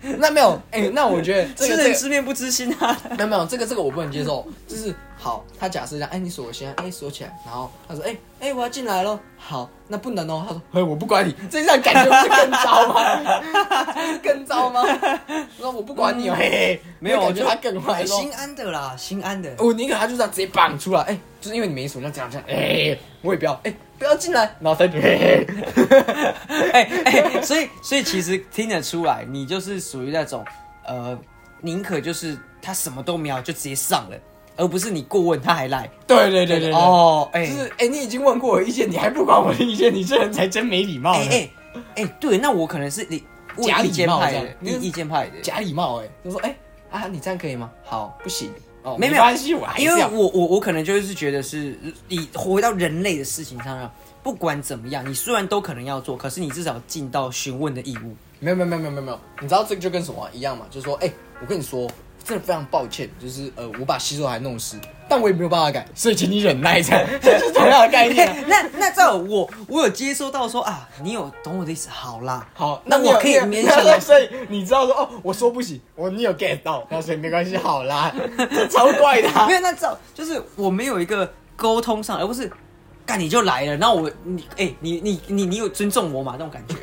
[SPEAKER 1] 那没有，哎、那我觉得这
[SPEAKER 2] 吃
[SPEAKER 1] 个这
[SPEAKER 2] 人
[SPEAKER 1] 个
[SPEAKER 2] 吃面不吃心啊。
[SPEAKER 1] 没有没有，这个这个我不能接受。就是好，他假设这样，哎、你锁我先，哎、锁起来，然后他说，哎、哎、我要进来喽。好，那不能哦。他说，哎、我不管你，这样感觉不是更糟吗？这不是更糟吗？我说我不管你哦，嘿嘿。
[SPEAKER 2] 没有，
[SPEAKER 1] 我
[SPEAKER 2] 我
[SPEAKER 1] 觉得哎他更坏咯。
[SPEAKER 2] 心安的啦，心安的。
[SPEAKER 1] 哦我宁可他就这样直接绑出来，哎、就是因为你没什么，这样这样，哎、我也不要，哎、不要进来， 然后他就，嘿嘿
[SPEAKER 2] 哎哎，所以所以其实听得出来，你就是属于那种呃，宁可就是他什么都没有就直接上了，而不是你过问他还赖。
[SPEAKER 1] 对对对对对，
[SPEAKER 2] 哦，哎、
[SPEAKER 1] 就是哎、你已经问过我意见，你还不管我的意见，你这人才真没礼貌呢
[SPEAKER 2] 哎哎哎，对，那我可能是你我
[SPEAKER 1] 假礼
[SPEAKER 2] 意见
[SPEAKER 1] 貌
[SPEAKER 2] 派
[SPEAKER 1] 这样
[SPEAKER 2] 的，
[SPEAKER 1] 你
[SPEAKER 2] 意意见派的。
[SPEAKER 1] 假礼貌哎、就说哎、啊，你这样可以吗？好，不行，哦，
[SPEAKER 2] 没有
[SPEAKER 1] 没关系，我还是
[SPEAKER 2] 因为
[SPEAKER 1] 要，
[SPEAKER 2] 我我我可能就是觉得是你回到人类的事情上啊，不管怎么样，你虽然都可能要做，可是你至少尽到询问的义务。
[SPEAKER 1] 没有没有没有没有没有没有，你知道这个就跟什么一样嘛？就是说，哎、我跟你说，真的非常抱歉，就是呃，我把洗手台弄湿，但我也没有办法改，所以请你忍耐一下， 这是同样的概念啊、
[SPEAKER 2] 哎 那那在我我有接收到说啊，你有懂我的意思，好啦，
[SPEAKER 1] 好，
[SPEAKER 2] 那
[SPEAKER 1] 你有
[SPEAKER 2] 我可以
[SPEAKER 1] 你有
[SPEAKER 2] 勉强
[SPEAKER 1] 所以你知道说哦，我说不行，我你有 get 到，那所以没关系，好啦，这超怪的啊、
[SPEAKER 2] 没有，那照就是我没有一个沟通上，而不是干你就来了，然后我你哎、你你你你有尊重我嘛那种感觉，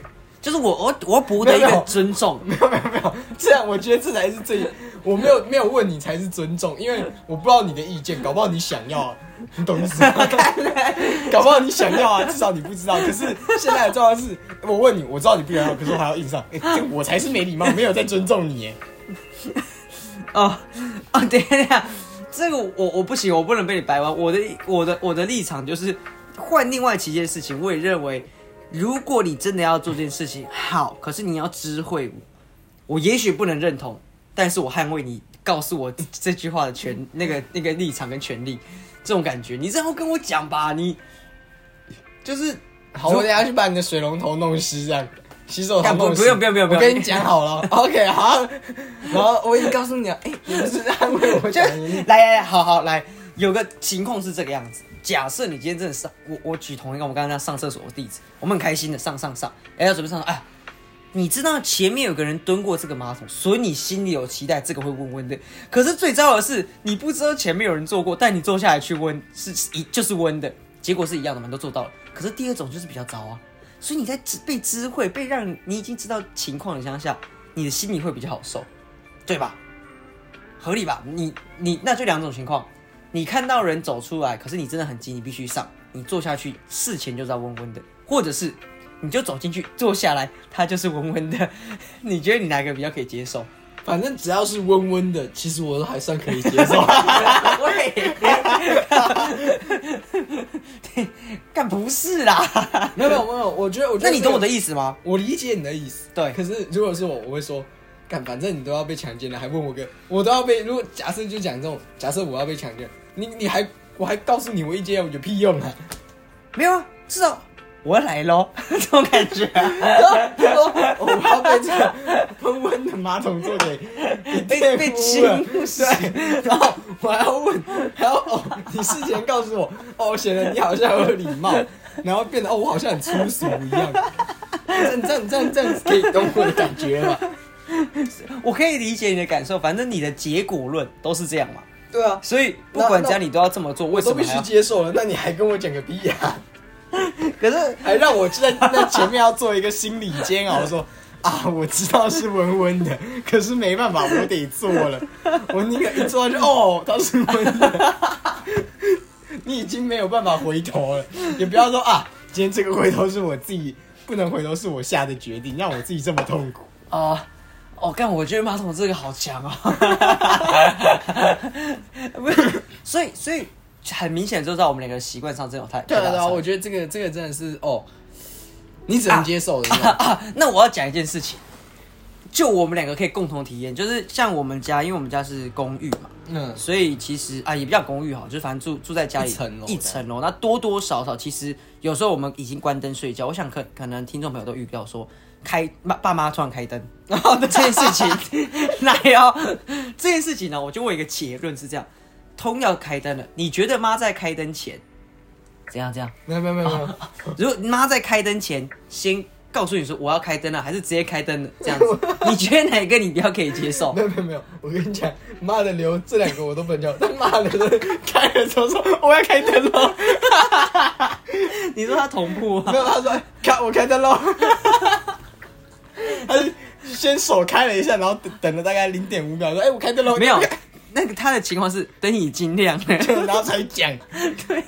[SPEAKER 2] 就是我我我博得
[SPEAKER 1] 没
[SPEAKER 2] 一
[SPEAKER 1] 有
[SPEAKER 2] 个 尊重，
[SPEAKER 1] 没有没有没有，这样我觉得这才是最，我没有没有问你才是尊重，因为我不知道你的意见，搞不好你想要啊，你懂意思吗？搞不好你想要啊，至少你不知道。可是现在的状况是，我问你，我知道你不想要，可是我还要硬上，哎、这我才是没礼貌，没有在尊重你耶。
[SPEAKER 2] 哦哦，等一下，这个我我不行，我不能被你掰弯。我的我的我的立场就是换另外几件事情，我也认为，如果你真的要做这件事情，好，可是你要知会我，我也许不能认同，但是我捍卫你告诉我这句话的权那个那个立场跟权利，这种感觉，你这样跟我讲吧，你就是
[SPEAKER 1] 好，我等一下去把你的水龙头弄湿，这样洗手台
[SPEAKER 2] 干不
[SPEAKER 1] 弄湿。
[SPEAKER 2] 不用不用不用不
[SPEAKER 1] 我
[SPEAKER 2] 用
[SPEAKER 1] 跟你讲好 了，OK 好。然后我已经告诉你了，哎、你不是在安慰我
[SPEAKER 2] 就
[SPEAKER 1] 讲
[SPEAKER 2] 是
[SPEAKER 1] 的意思，
[SPEAKER 2] 来来来，好好来，有个情况是这个样子。假设你今天真的上，我我举同一个我们刚刚那上厕所的例子，我们很开心的上上上，哎、要准备上，哎，你知道前面有个人蹲过这个马桶，所以你心里有期待这个会温温的。可是最糟的是，你不知道前面有人坐过，但你坐下来去温是是一就是温的，结果是一样的嘛，你都做到了。可是第二种就是比较糟啊，所以你在知被知会被让你已经知道情况的情况下，你的心里会比较好受，对吧？合理吧？你你那就两种情况，你看到人走出来，可是你真的很急，你必须上，你坐下去，事前就知道温温的，或者是你就走进去坐下来，它就是温温的。 你觉得你哪个比较可以接受？
[SPEAKER 1] 反正只要是温温的，其实我都还算可以接受。
[SPEAKER 2] 喂， 干不是啦？
[SPEAKER 1] 没有没有没有，我觉得我觉
[SPEAKER 2] 那
[SPEAKER 1] 得
[SPEAKER 2] 你懂我
[SPEAKER 1] 这个
[SPEAKER 2] 的意思吗？
[SPEAKER 1] 我理解你的意思，
[SPEAKER 2] 对
[SPEAKER 1] 可是如果是我，我会说，干，反正你都要被强奸了，还问我个，我都要被。如果假设就讲这种，假设我要被强奸，你你还我还告诉你我意见有屁用啊？
[SPEAKER 2] 没有啊，是啊，我来喽， 这种感觉啊、
[SPEAKER 1] 然后他说我要被这个温温的马桶座给
[SPEAKER 2] 被 被
[SPEAKER 1] 欺
[SPEAKER 2] 欺
[SPEAKER 1] 负
[SPEAKER 2] 负
[SPEAKER 1] 了，对，然后我还要问，还要哦，你事前告诉我，哦，显得你好像有礼貌， 然后变得哦，我好像很粗俗一样。这样这样这样这样可以懂我的感觉吧？
[SPEAKER 2] 我可以理解你的感受，反正你的结果论都是这样嘛。
[SPEAKER 1] 对啊，
[SPEAKER 2] 所以不管怎
[SPEAKER 1] 那
[SPEAKER 2] 样，你都要这么做。为
[SPEAKER 1] 我
[SPEAKER 2] 什
[SPEAKER 1] 都
[SPEAKER 2] 么
[SPEAKER 1] 必
[SPEAKER 2] 还
[SPEAKER 1] 须
[SPEAKER 2] 要？
[SPEAKER 1] 接受了，那你还跟我讲个屁啊呀、
[SPEAKER 2] 可是
[SPEAKER 1] 还让我在那前面要做一个心理煎熬， 说啊，我知道是温温的，可是没办法，我得做 了。我那个一做就哦，他是温的， 你已经没有办法回头了。也不要说啊，今天这个回头是我自己不能回头，是我下的决定，让我自己这么痛苦。
[SPEAKER 2] 啊，哦，干，我觉得马桶这个好 强哦。不是，所以所以很明显就知道我们两个习惯上真有太
[SPEAKER 1] 对啊，
[SPEAKER 2] 太大
[SPEAKER 1] 对啊，
[SPEAKER 2] 差
[SPEAKER 1] 我
[SPEAKER 2] 别
[SPEAKER 1] 觉得这个这个真的是哦，你只能接受的。
[SPEAKER 2] 啊啊，那我要讲一件事情，就我们两个可以共同体验，就是像我们家，因为我们家是公寓嘛，
[SPEAKER 1] 嗯，
[SPEAKER 2] 所以其实啊，也不叫公寓哈，就是反正住住在家里
[SPEAKER 1] 一层楼
[SPEAKER 2] 一层楼，那多多少少其实有时候我们已经关灯睡觉，我想可可能听众朋友都遇到说开爸爸妈突然开灯， 然后这件事情， 那要这件事情呢，我就问一个结论是这样：通要开灯了，你觉得妈在开灯前怎样怎样？
[SPEAKER 1] 没有没有没有没有，
[SPEAKER 2] 如果妈在开灯前先告诉你说我要开灯了，还是直接开灯了这样子，你觉得哪一个你比较可以接受
[SPEAKER 1] 没？有没有没有，我跟你讲，妈的流这两个我都不能叫，但妈的都开了之后说我要开灯 喽，
[SPEAKER 2] 你说他同步吗
[SPEAKER 1] 没？有他说开我开灯喽， 他是先手开了一下，然后等等了大概零点五秒，说哎、我开灯喽，
[SPEAKER 2] 没有，哦那个他的情况是灯已经亮了，
[SPEAKER 1] 然 后才讲，对，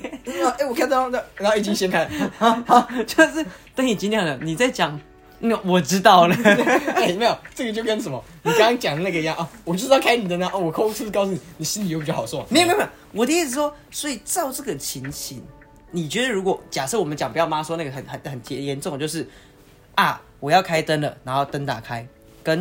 [SPEAKER 1] 哎、我开灯喽，然后已经先开了，
[SPEAKER 2] 啊就是灯已经亮了，你在讲，那我知道了，
[SPEAKER 1] 哎、没有，这个就跟什么你刚刚讲的那个一样啊、哦，我就是要开你灯啊，哦，我抠出告诉你，你心里有比较好受，
[SPEAKER 2] 没有没有没有，我的意思是说，所以照这个情形，你觉得如果假设我们讲不要妈说那个很很很严严重的，就是啊我要开灯了，然后灯打开跟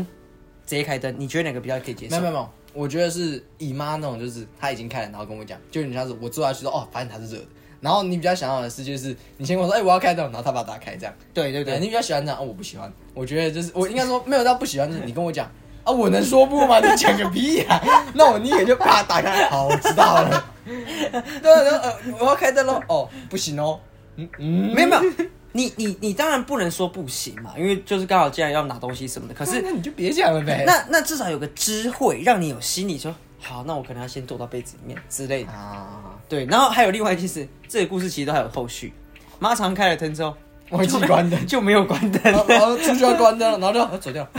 [SPEAKER 2] 直接开灯，你觉得哪个比较可以接
[SPEAKER 1] 没
[SPEAKER 2] 受
[SPEAKER 1] 有？没有没有，我觉得是姨妈那种，就是她已经开了，然后跟我讲，就你像是我坐下去说哦，反正它是热的。然后你比较想要的是，就是你先跟我说，哎、我要开灯，然后他把它打开，这样。
[SPEAKER 2] 对对
[SPEAKER 1] 对，
[SPEAKER 2] 对，
[SPEAKER 1] 你比较喜欢这样，哦，我不喜欢。我觉得就是我应该说没有到不喜欢，就是你跟我讲啊，我能说不吗？你讲个屁呀、 那我宁可就啪打开，好，我知道了。对啊，然后呃，我要开灯喽。哦，不行哦。嗯嗯，
[SPEAKER 2] 没有没有，你你你当然不能说不行嘛，因为就是刚好既然要拿东西什么的，可是
[SPEAKER 1] 那那你就别讲了呗。
[SPEAKER 2] 那那至少有个知会，让你有心理说，好，那我可能要先躲到被子里面之类的。
[SPEAKER 1] 啊，
[SPEAKER 2] 对，然后还有另外一件事，这个故事其实都还有后续。妈常开了灯之后，
[SPEAKER 1] 我已经关灯。
[SPEAKER 2] 就没有关灯
[SPEAKER 1] 然后然后哦出去要关灯，然后就哦走掉。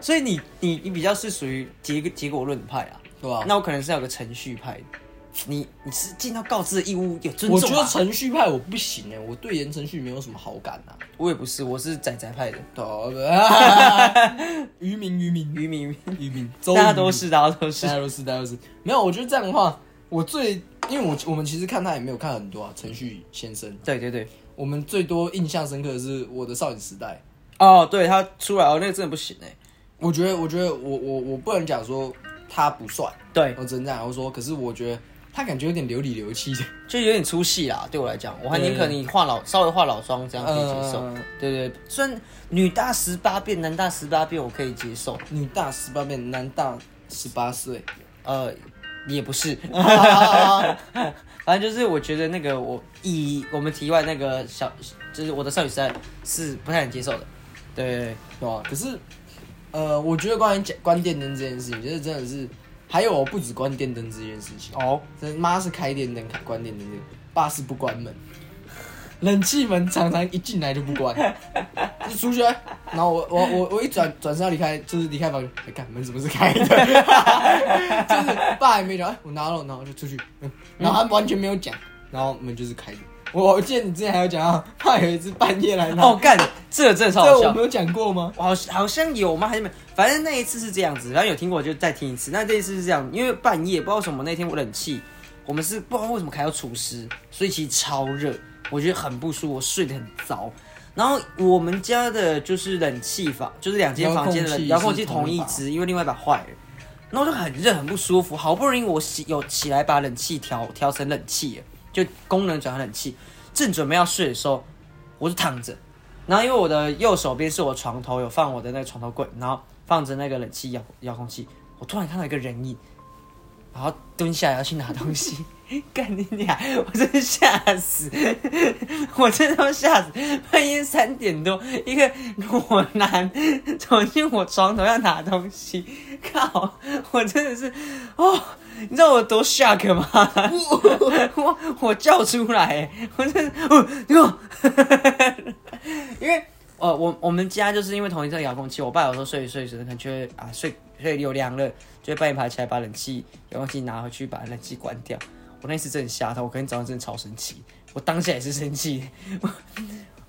[SPEAKER 2] 所以你你你比较是属于结结果论派啊，
[SPEAKER 1] 对吧
[SPEAKER 2] 那我可能是有个程序派的，你你是尽到告知的义务，有尊
[SPEAKER 1] 我
[SPEAKER 2] 重、
[SPEAKER 1] 觉
[SPEAKER 2] 啊。
[SPEAKER 1] 得程序派我不行哎、我对言程序没有什么好感啊 呐、
[SPEAKER 2] 我也不是，我是仔仔派的，
[SPEAKER 1] 啊。渔民，渔民，
[SPEAKER 2] 渔民渔民，
[SPEAKER 1] 渔民，
[SPEAKER 2] 大家都是，大家都是
[SPEAKER 1] 大。家都是，大家都是。没有，我觉得这样的话，我最，因为我我们其实看他也没有看很多啊。程序先生，
[SPEAKER 2] 对对对，
[SPEAKER 1] 我们最多印象深刻的是《我的少女时代》。
[SPEAKER 2] 哦，对他出来哦，那个真的不行哎、
[SPEAKER 1] 我觉得，我觉得我我我不能讲说他不帅，
[SPEAKER 2] 对，
[SPEAKER 1] 我只能这样说。可是我觉得他感觉有点流里流气的。
[SPEAKER 2] 就有点出戏啦，对我来讲，我还
[SPEAKER 1] 对
[SPEAKER 2] 宁可你化老稍微化老妆这样可以接受。
[SPEAKER 1] 嗯
[SPEAKER 2] 对对，对虽然女大十八变，男大十八变，我可以接受。
[SPEAKER 1] 女大十八变，男大十八岁。
[SPEAKER 2] 呃，也 不是，反正就是我觉得那个我以我们题外那个小就是我的少女时代是不太能接受的。对，
[SPEAKER 1] 对吧、可是，呃，我觉得关于讲关电灯这件事情，就是真的是，还有我不止关电灯这件事情，
[SPEAKER 2] 哦，
[SPEAKER 1] 真妈是开电灯、开关电灯，爸是不关门， 冷气门常常一进来就不 关，就出去，啊然后我我我我一转转身要离开，就是离开房间，哎、干门怎么是开 的？就是爸还没讲，哎，我拿了，然后就出去，嗯然后他完全没有讲，然后门就是开的。我我记得你之前还有讲到，爸有一次半夜来拿，
[SPEAKER 2] 哦，干，这个真的超好
[SPEAKER 1] 这我
[SPEAKER 2] 笑
[SPEAKER 1] 没。有讲过吗？
[SPEAKER 2] 我好好像有吗？还是没有？反正那一次是这样子，然后有听过就再听一次。那这一次是这样，因为半夜不知道为什么那天我冷气，我们是不知道为什么开到除湿，所以其实超热，我觉得很不舒服，我睡得很糟。然后我们家的就是冷气房，就是两间房间的冷
[SPEAKER 1] 遥
[SPEAKER 2] 遥控
[SPEAKER 1] 控器
[SPEAKER 2] 器
[SPEAKER 1] 是
[SPEAKER 2] 同
[SPEAKER 1] 同一
[SPEAKER 2] 一
[SPEAKER 1] 把
[SPEAKER 2] 只，因为另外一把坏了。然后就很热，很不舒服。好不容易我起有起来把冷气调调成冷气了，就功能转成冷气。正准备要睡的时候，我就躺着，然后因为我的右手边是我床头有放我的那个床头柜，然后放着那个冷气遥遥控器，我突然看到一个人影，然后蹲下来要去拿东西， 干你娘！我真的吓死， 我真的要吓死！半夜三点多，一个裸男走进我床头要拿东西，靠！我真的是，哦，你知道我多 shock 吗？ 我我叫出来，我真的，哦，你看。因为呃，我我们家就是因为同一个遥控器，我爸有时候睡一睡一睡，可能就会啊睡睡流凉了，就会半夜爬起来把冷气遥控器拿回去，把冷气关掉。我那次真的吓到，我可能早上真的超生气，我当下也是生气，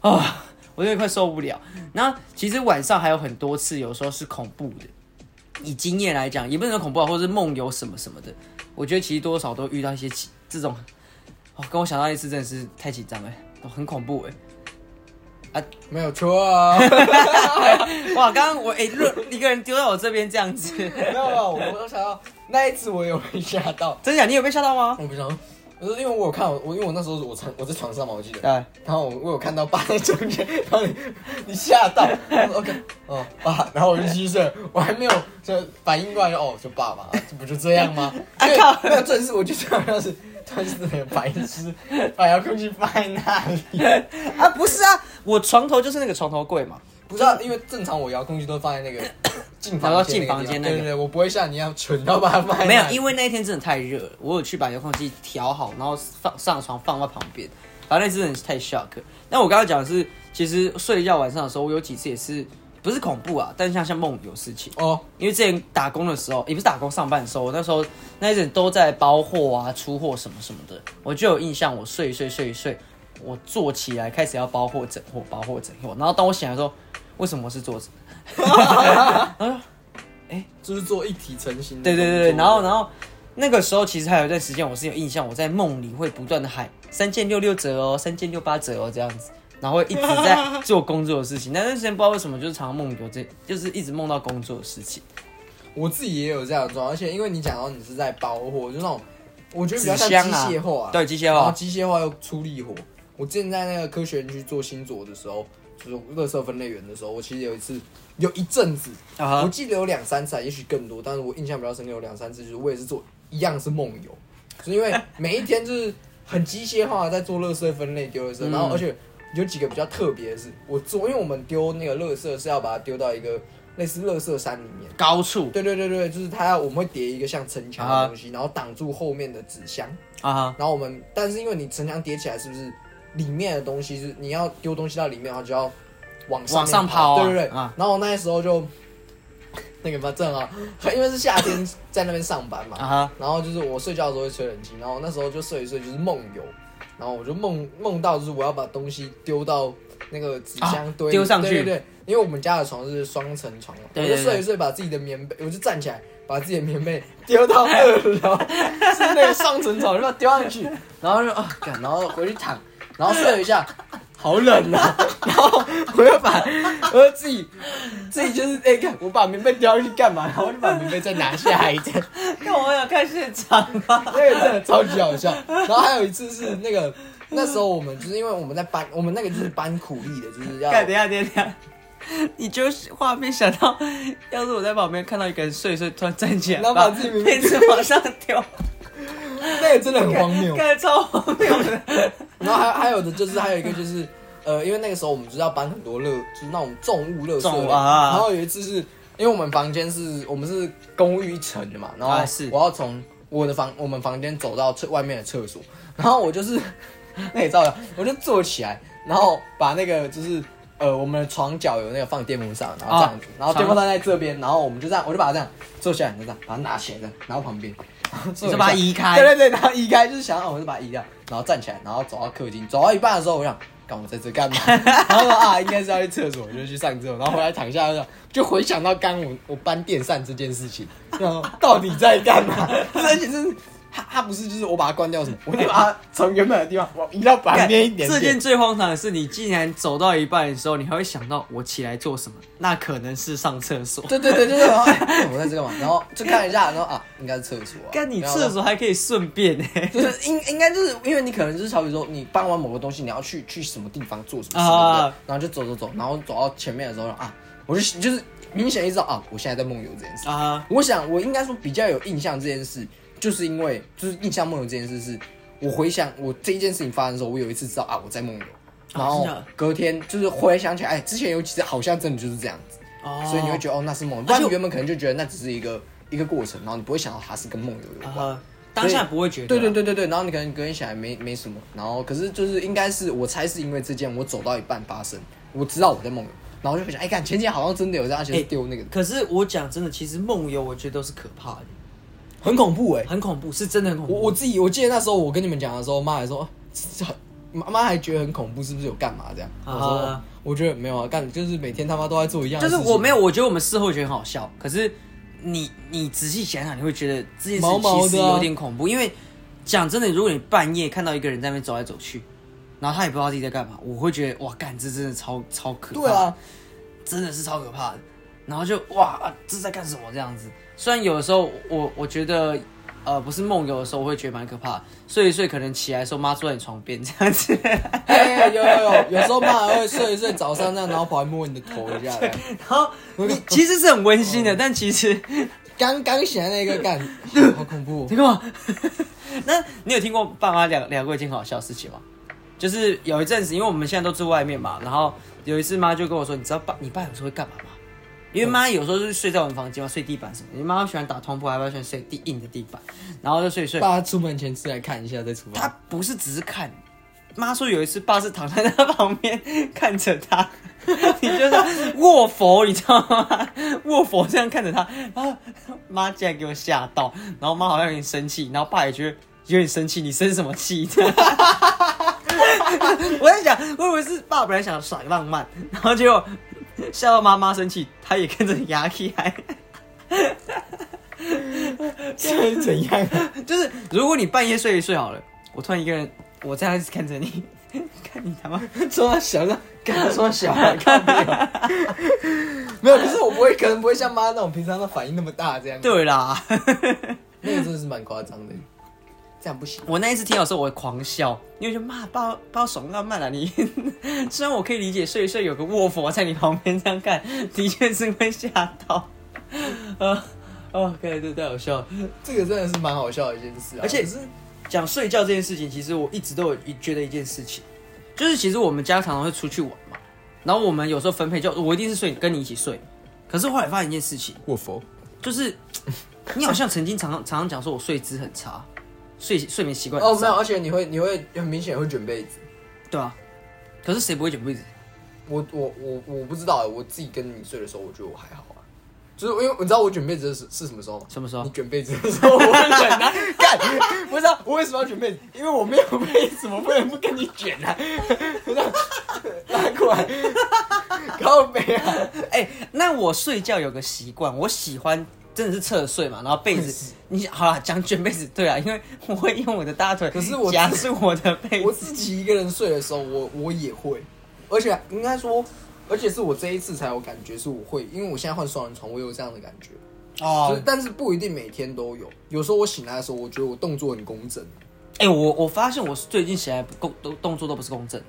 [SPEAKER 2] 我啊、我真的快受不了。然后其实晚上还有很多次，有时候是恐怖的。以经验来讲，也不能说恐怖啊，或是梦游什么什么的，我觉得其实多少都遇到一些奇这种。哦，跟我想到一次真的是太紧张了，哦很恐怖哎、
[SPEAKER 1] 没有错啊。
[SPEAKER 2] 哇，刚刚我哎、若一个人丢到我这边这样子，
[SPEAKER 1] 没有没有，我我想到那一次我有被吓到，
[SPEAKER 2] 真假？你有被吓到吗？
[SPEAKER 1] 我不想，我说因为我有看我我因为我那时候我床我在床上嘛，我记得，
[SPEAKER 2] 对，
[SPEAKER 1] 然后我我有看到爸在中间，然后你你吓到我说，OK，哦爸，然后我就继续睡，我还没有就反应过来就哦就爸爸，这不就这样 吗？
[SPEAKER 2] 啊
[SPEAKER 1] 对
[SPEAKER 2] 靠
[SPEAKER 1] 没有正是我就这样是。他是那个白痴，把遥控器放在那里，
[SPEAKER 2] 啊，不是啊，我床头就是那个床头柜嘛。
[SPEAKER 1] 不知道，因为正常我遥控器都放在那个 进
[SPEAKER 2] 然后
[SPEAKER 1] 房间那个
[SPEAKER 2] 进
[SPEAKER 1] 地方，
[SPEAKER 2] 房间那
[SPEAKER 1] 对
[SPEAKER 2] 个
[SPEAKER 1] 对对，我不会像你一样蠢到把它放在
[SPEAKER 2] 没
[SPEAKER 1] 那
[SPEAKER 2] 有，
[SPEAKER 1] 里
[SPEAKER 2] 因为那一天真的太热了，我有去把遥控器调好，然后放上床放在旁边。反正那次真的是太 shock。那我刚刚讲的是，其实睡觉晚上的时候，我有几次也是不是恐怖啊，但是像像梦游事情。
[SPEAKER 1] 哦，
[SPEAKER 2] 因为之前打工的时候，也不是打工上班的时候，我那时候那一阵都在包货啊、出货什么什么的，我就有印象，我睡一睡睡一睡，我坐起来开始要包货整货、包货整货，然后当我醒来的时候，为什么我是坐着？
[SPEAKER 1] 就是做一体成型的
[SPEAKER 2] 对
[SPEAKER 1] 动
[SPEAKER 2] 对
[SPEAKER 1] 作。
[SPEAKER 2] 对对，然后然后那个时候其实还有一段时间，我是有印象，我在梦里会不断的喊三件六六折哦，三件六八折哦这样子，然后会一直在做工作的事情。那段时间不知道为什么，就是常常梦游这，就是一直梦到工作的事情。
[SPEAKER 1] 我自己也有这样的状况，而且因为你讲到你是在包货，就那种我觉得比较像
[SPEAKER 2] 纸箱
[SPEAKER 1] 机
[SPEAKER 2] 啊
[SPEAKER 1] 械货啊，
[SPEAKER 2] 对机械
[SPEAKER 1] 然后
[SPEAKER 2] 化，
[SPEAKER 1] 机械化又出力活。我之前在那个科学园区做新佐的时候，就是垃圾分类员的时候，我其实有一次有一阵子，
[SPEAKER 2] 啊
[SPEAKER 1] 我
[SPEAKER 2] 哈
[SPEAKER 1] 记得有两三次啊，也许更多，但是我印象比较深刻有两三次，就是我也是做一样是梦游，就是因为每一天就是很机械化地在做垃圾分类丢垃圾，
[SPEAKER 2] 嗯
[SPEAKER 1] 然后而且有几个比较特别的是，我做因为我们丢那个垃圾是要把它丢到一个类似垃圾山里面。
[SPEAKER 2] 高处
[SPEAKER 1] 对对对对，就是它要我们会叠一个像城墙的东西，然后挡住后面的纸箱，
[SPEAKER 2] 啊哈，
[SPEAKER 1] 然后我们但是因为你城墙叠起来，是不是里面的东西是你要丢东西到里面，然后就要往上
[SPEAKER 2] 往
[SPEAKER 1] 面
[SPEAKER 2] 上抛啊
[SPEAKER 1] 对对对。
[SPEAKER 2] 啊
[SPEAKER 1] 然后我那时候就那个嘛正好， 因为是夏天在那边上班嘛，
[SPEAKER 2] 啊哈。
[SPEAKER 1] 然后就是我睡觉的时候会吹冷气，然后那时候就睡一睡就是梦游，然后我就梦梦到就是我要把东西丢到那个纸箱堆里
[SPEAKER 2] 啊丢上去
[SPEAKER 1] 对对对，因为我们家的床是双层床嘛，
[SPEAKER 2] 对对对
[SPEAKER 1] 我就睡一睡把自己的棉被，我就站起来把自己的棉被丢到二 楼，是那个上层床，就把它丢上去，然后就啊、干然后回去躺，然后睡了一下。好冷啊！然后我又把，我又自己自己就是哎、看我把棉被丢上去干嘛？然后我就把棉被再拿下来一 点，
[SPEAKER 2] 看我想看现场啊！
[SPEAKER 1] 那个真的 超级好笑。然后还有一次是那个那时候我们就是因为我们在搬，我们那个就是搬苦力的，就是要
[SPEAKER 2] 看，等一下，等一下，等一下，你就是画面想到，要是我在旁边看到一个人睡一睡，突然站起来，
[SPEAKER 1] 然后把自己名字
[SPEAKER 2] 被子往上丢，
[SPEAKER 1] 那个真的很荒谬。
[SPEAKER 2] 看超荒谬的。
[SPEAKER 1] 然后还还有的就是还有一个就是呃，因为那个时候我们就是要搬很多垃，就是那种重物垃圾
[SPEAKER 2] 重
[SPEAKER 1] 的
[SPEAKER 2] 物啊
[SPEAKER 1] 然后有一次是因为我们房间是我们是公寓一层的嘛，然后
[SPEAKER 2] 啊是
[SPEAKER 1] 我要从我的房我们房间走到厕外面的厕所，然后我就是那也知道了，我就坐起来，然后把那个就是。呃，我们的床脚有那个放电风扇，然后这样子，
[SPEAKER 2] 啊
[SPEAKER 1] 然后电风扇在这边，然后我们就这样，我就把它这样坐下来，就这样把它拿起来，这样拿到旁边， 然后坐
[SPEAKER 2] 你就
[SPEAKER 1] 一
[SPEAKER 2] 把它
[SPEAKER 1] 下
[SPEAKER 2] 移开
[SPEAKER 1] 对对对，然后移开就是想要，我就把它移掉，然后站起来，然后走到客厅，走到一半的时候，我想，干我在这 干嘛？然后说啊，应该是要去厕所，我就去上厕所，然后回来躺下就就回想到刚我我搬电扇这件事情，然后到底在干嘛？ 而且是它它不是就是我把它关掉什么，我就把它从原本的地方往移到 旁边一点点。
[SPEAKER 2] 这件最荒唐的是，你竟然走到一半的时候，你还会想到我起来做什么？那可能是上厕所。
[SPEAKER 1] 对对对，就是然后、哎我在这干嘛？然后就看一下，然后啊，应该是厕所、啊。
[SPEAKER 2] 干你
[SPEAKER 1] 然后
[SPEAKER 2] 厕所还可以顺便呢、
[SPEAKER 1] 就是应应该就是因为你可能就是好比说你搬完某个东西，你要去去什么地方做什么事，
[SPEAKER 2] 啊
[SPEAKER 1] 对不对然后就走走走，然后走到前面的时候啊，我就就是明显意识到啊，我现在在梦游这件事。
[SPEAKER 2] 啊，
[SPEAKER 1] 我想我应该说比较有印象这件事，就是因为就是印象梦游这件事是，我回想我这一件事情发生的时候，我有一次知道啊我在梦游，然后
[SPEAKER 2] 哦真的
[SPEAKER 1] 隔天就是回想起来，哎，之前有几次好像真的就是这样子，
[SPEAKER 2] 哦
[SPEAKER 1] 所以你会觉得哦那是梦游，
[SPEAKER 2] 且
[SPEAKER 1] 不然你
[SPEAKER 2] 我
[SPEAKER 1] 原本可能就觉得那只是一个一个过程，然后你不会想到它是跟梦游有关。
[SPEAKER 2] 啊，当下不会觉得。啊
[SPEAKER 1] 对对，对对对，然后你可能隔天起来没没什么，然后可是就是应该是我猜是因为这件我走到一半发生，我知道我在梦游，然后就会想，哎、看前几天好像真的有这样，而且是丢那个、
[SPEAKER 2] 可是我讲真的，其实梦游我觉得都是可怕的，
[SPEAKER 1] 很恐怖哎、
[SPEAKER 2] 很恐怖，是真的很恐怖。
[SPEAKER 1] 我我自己我记得那时候我跟你们讲的时候，妈还说，这妈妈还觉得很恐怖，是不是有干嘛这样？我说
[SPEAKER 2] 啊
[SPEAKER 1] 我觉得没有啊，干就是每天他妈都在做一样的
[SPEAKER 2] 就
[SPEAKER 1] 事
[SPEAKER 2] 是
[SPEAKER 1] 情，
[SPEAKER 2] 我没有，我觉得我们事后觉得很好笑，可是你你仔细想想，你会觉得这件事
[SPEAKER 1] 毛
[SPEAKER 2] 情
[SPEAKER 1] 毛的啊
[SPEAKER 2] 其实有点恐怖，因为讲真的，如果你半夜看到一个人在那边走来走去，然后他也不知道自己在干嘛，我会觉得哇，干这真的超超可怕，
[SPEAKER 1] 对啊，
[SPEAKER 2] 真的是超可怕的。然后就哇，啊这在干什么这样子？虽然有的时候我我觉得。呃，不是梦游的时候，我会觉得蛮可怕的。睡一睡，可能起来的时候，妈坐在你床边这样子，
[SPEAKER 1] 哎、有有有，有时候妈还会睡一睡，早上这样，然后跑来摸你的头一下，这样
[SPEAKER 2] 然后你其实是很温馨的，但其实
[SPEAKER 1] 刚刚醒来那个干，好恐怖哦、
[SPEAKER 2] 你干嘛？ 那你有听过爸妈聊聊过一件很好笑的事情吗？就是有一阵子，因为我们现在都住外面嘛，然后有一次妈就跟我说：“你知道爸你爸有时候会干嘛吗？”因为妈有时候就是睡在我们房间嘛，睡地板什么的。因为妈妈喜欢打通铺，还不喜欢睡地硬的地板，然后就 睡一睡。
[SPEAKER 1] 爸出门前是来看一下再出发
[SPEAKER 2] 他。不是只是看，妈说有一次爸是躺在他旁边看着他， 你就是卧佛，你知道吗？ 卧佛这样看着他，然后妈竟然给我吓到，然后妈好像有点生气，然后爸也觉得有点生气，你生什么气？ 我在想，我以为是爸本来想耍浪漫，然后结果吓到妈妈生气，他也跟着压起来。
[SPEAKER 1] 现在是怎样、啊？
[SPEAKER 2] 就是如果你半夜睡一睡好了，我突然一个人，我这样子看着你， 看你他妈。
[SPEAKER 1] 说他小的，跟他说小孩啊看没有？ 没有，可是我不会，可能不会像妈那种平常的反应那么大这样。，
[SPEAKER 2] 对啦，
[SPEAKER 1] 那个真的是蛮夸张的，这样不行。
[SPEAKER 2] 我那一次听到的时候，我狂笑，因为就骂爸爸爽浪漫了、你。 虽然我可以理解睡一睡有个卧佛在你旁边这样干， 的确是会吓到。 呃，哦，可以，这太好笑了。
[SPEAKER 1] 这个真的是蛮好笑的一件事啊。
[SPEAKER 2] 而且
[SPEAKER 1] 可是
[SPEAKER 2] 讲睡觉这件事情，其实我一直都有一觉得一件事情，就是其实我们家常常会出去玩嘛，然后我们有时候分配就我一定是睡跟你一起睡，可是后来发现一件事情，
[SPEAKER 1] 我佛，
[SPEAKER 2] 就是你好像曾经常常常常讲说我睡姿很差，睡睡眠习惯很
[SPEAKER 1] 哦没
[SPEAKER 2] 差
[SPEAKER 1] 有，而且你会你会很明显会卷被子。
[SPEAKER 2] 对啊，可是谁不会卷被 子？
[SPEAKER 1] 我我我我不知道欸，我自己跟你睡的时候，我觉得我还好啊。就是因为你知道我卷被子是是什么时候吗？
[SPEAKER 2] 什么时候
[SPEAKER 1] 你卷被子的时候，我会卷啊！干， 不知道我为什么要卷被子，因为我没有被子，我不能不跟你卷啊！不知道拉过来，靠背啊！
[SPEAKER 2] 哎、那我睡觉有个习惯，我喜欢真的是侧睡嘛，然后被子，你好啦，讲卷被子对啊，因为我会用我的大腿，可
[SPEAKER 1] 是我
[SPEAKER 2] 夹住我的被
[SPEAKER 1] 我
[SPEAKER 2] 子，
[SPEAKER 1] 自己一个人睡的时候，我我也会，而且应该说，而且是我这一次才有感觉，是我会，因为我现在换双人床，我有这样的感觉。就
[SPEAKER 2] 哦
[SPEAKER 1] 是，但是不一定每天都有，有时候我醒来的时候，我觉得我动作很工整。
[SPEAKER 2] 哎、我我发现我最近起来不够，都动作都不是公正，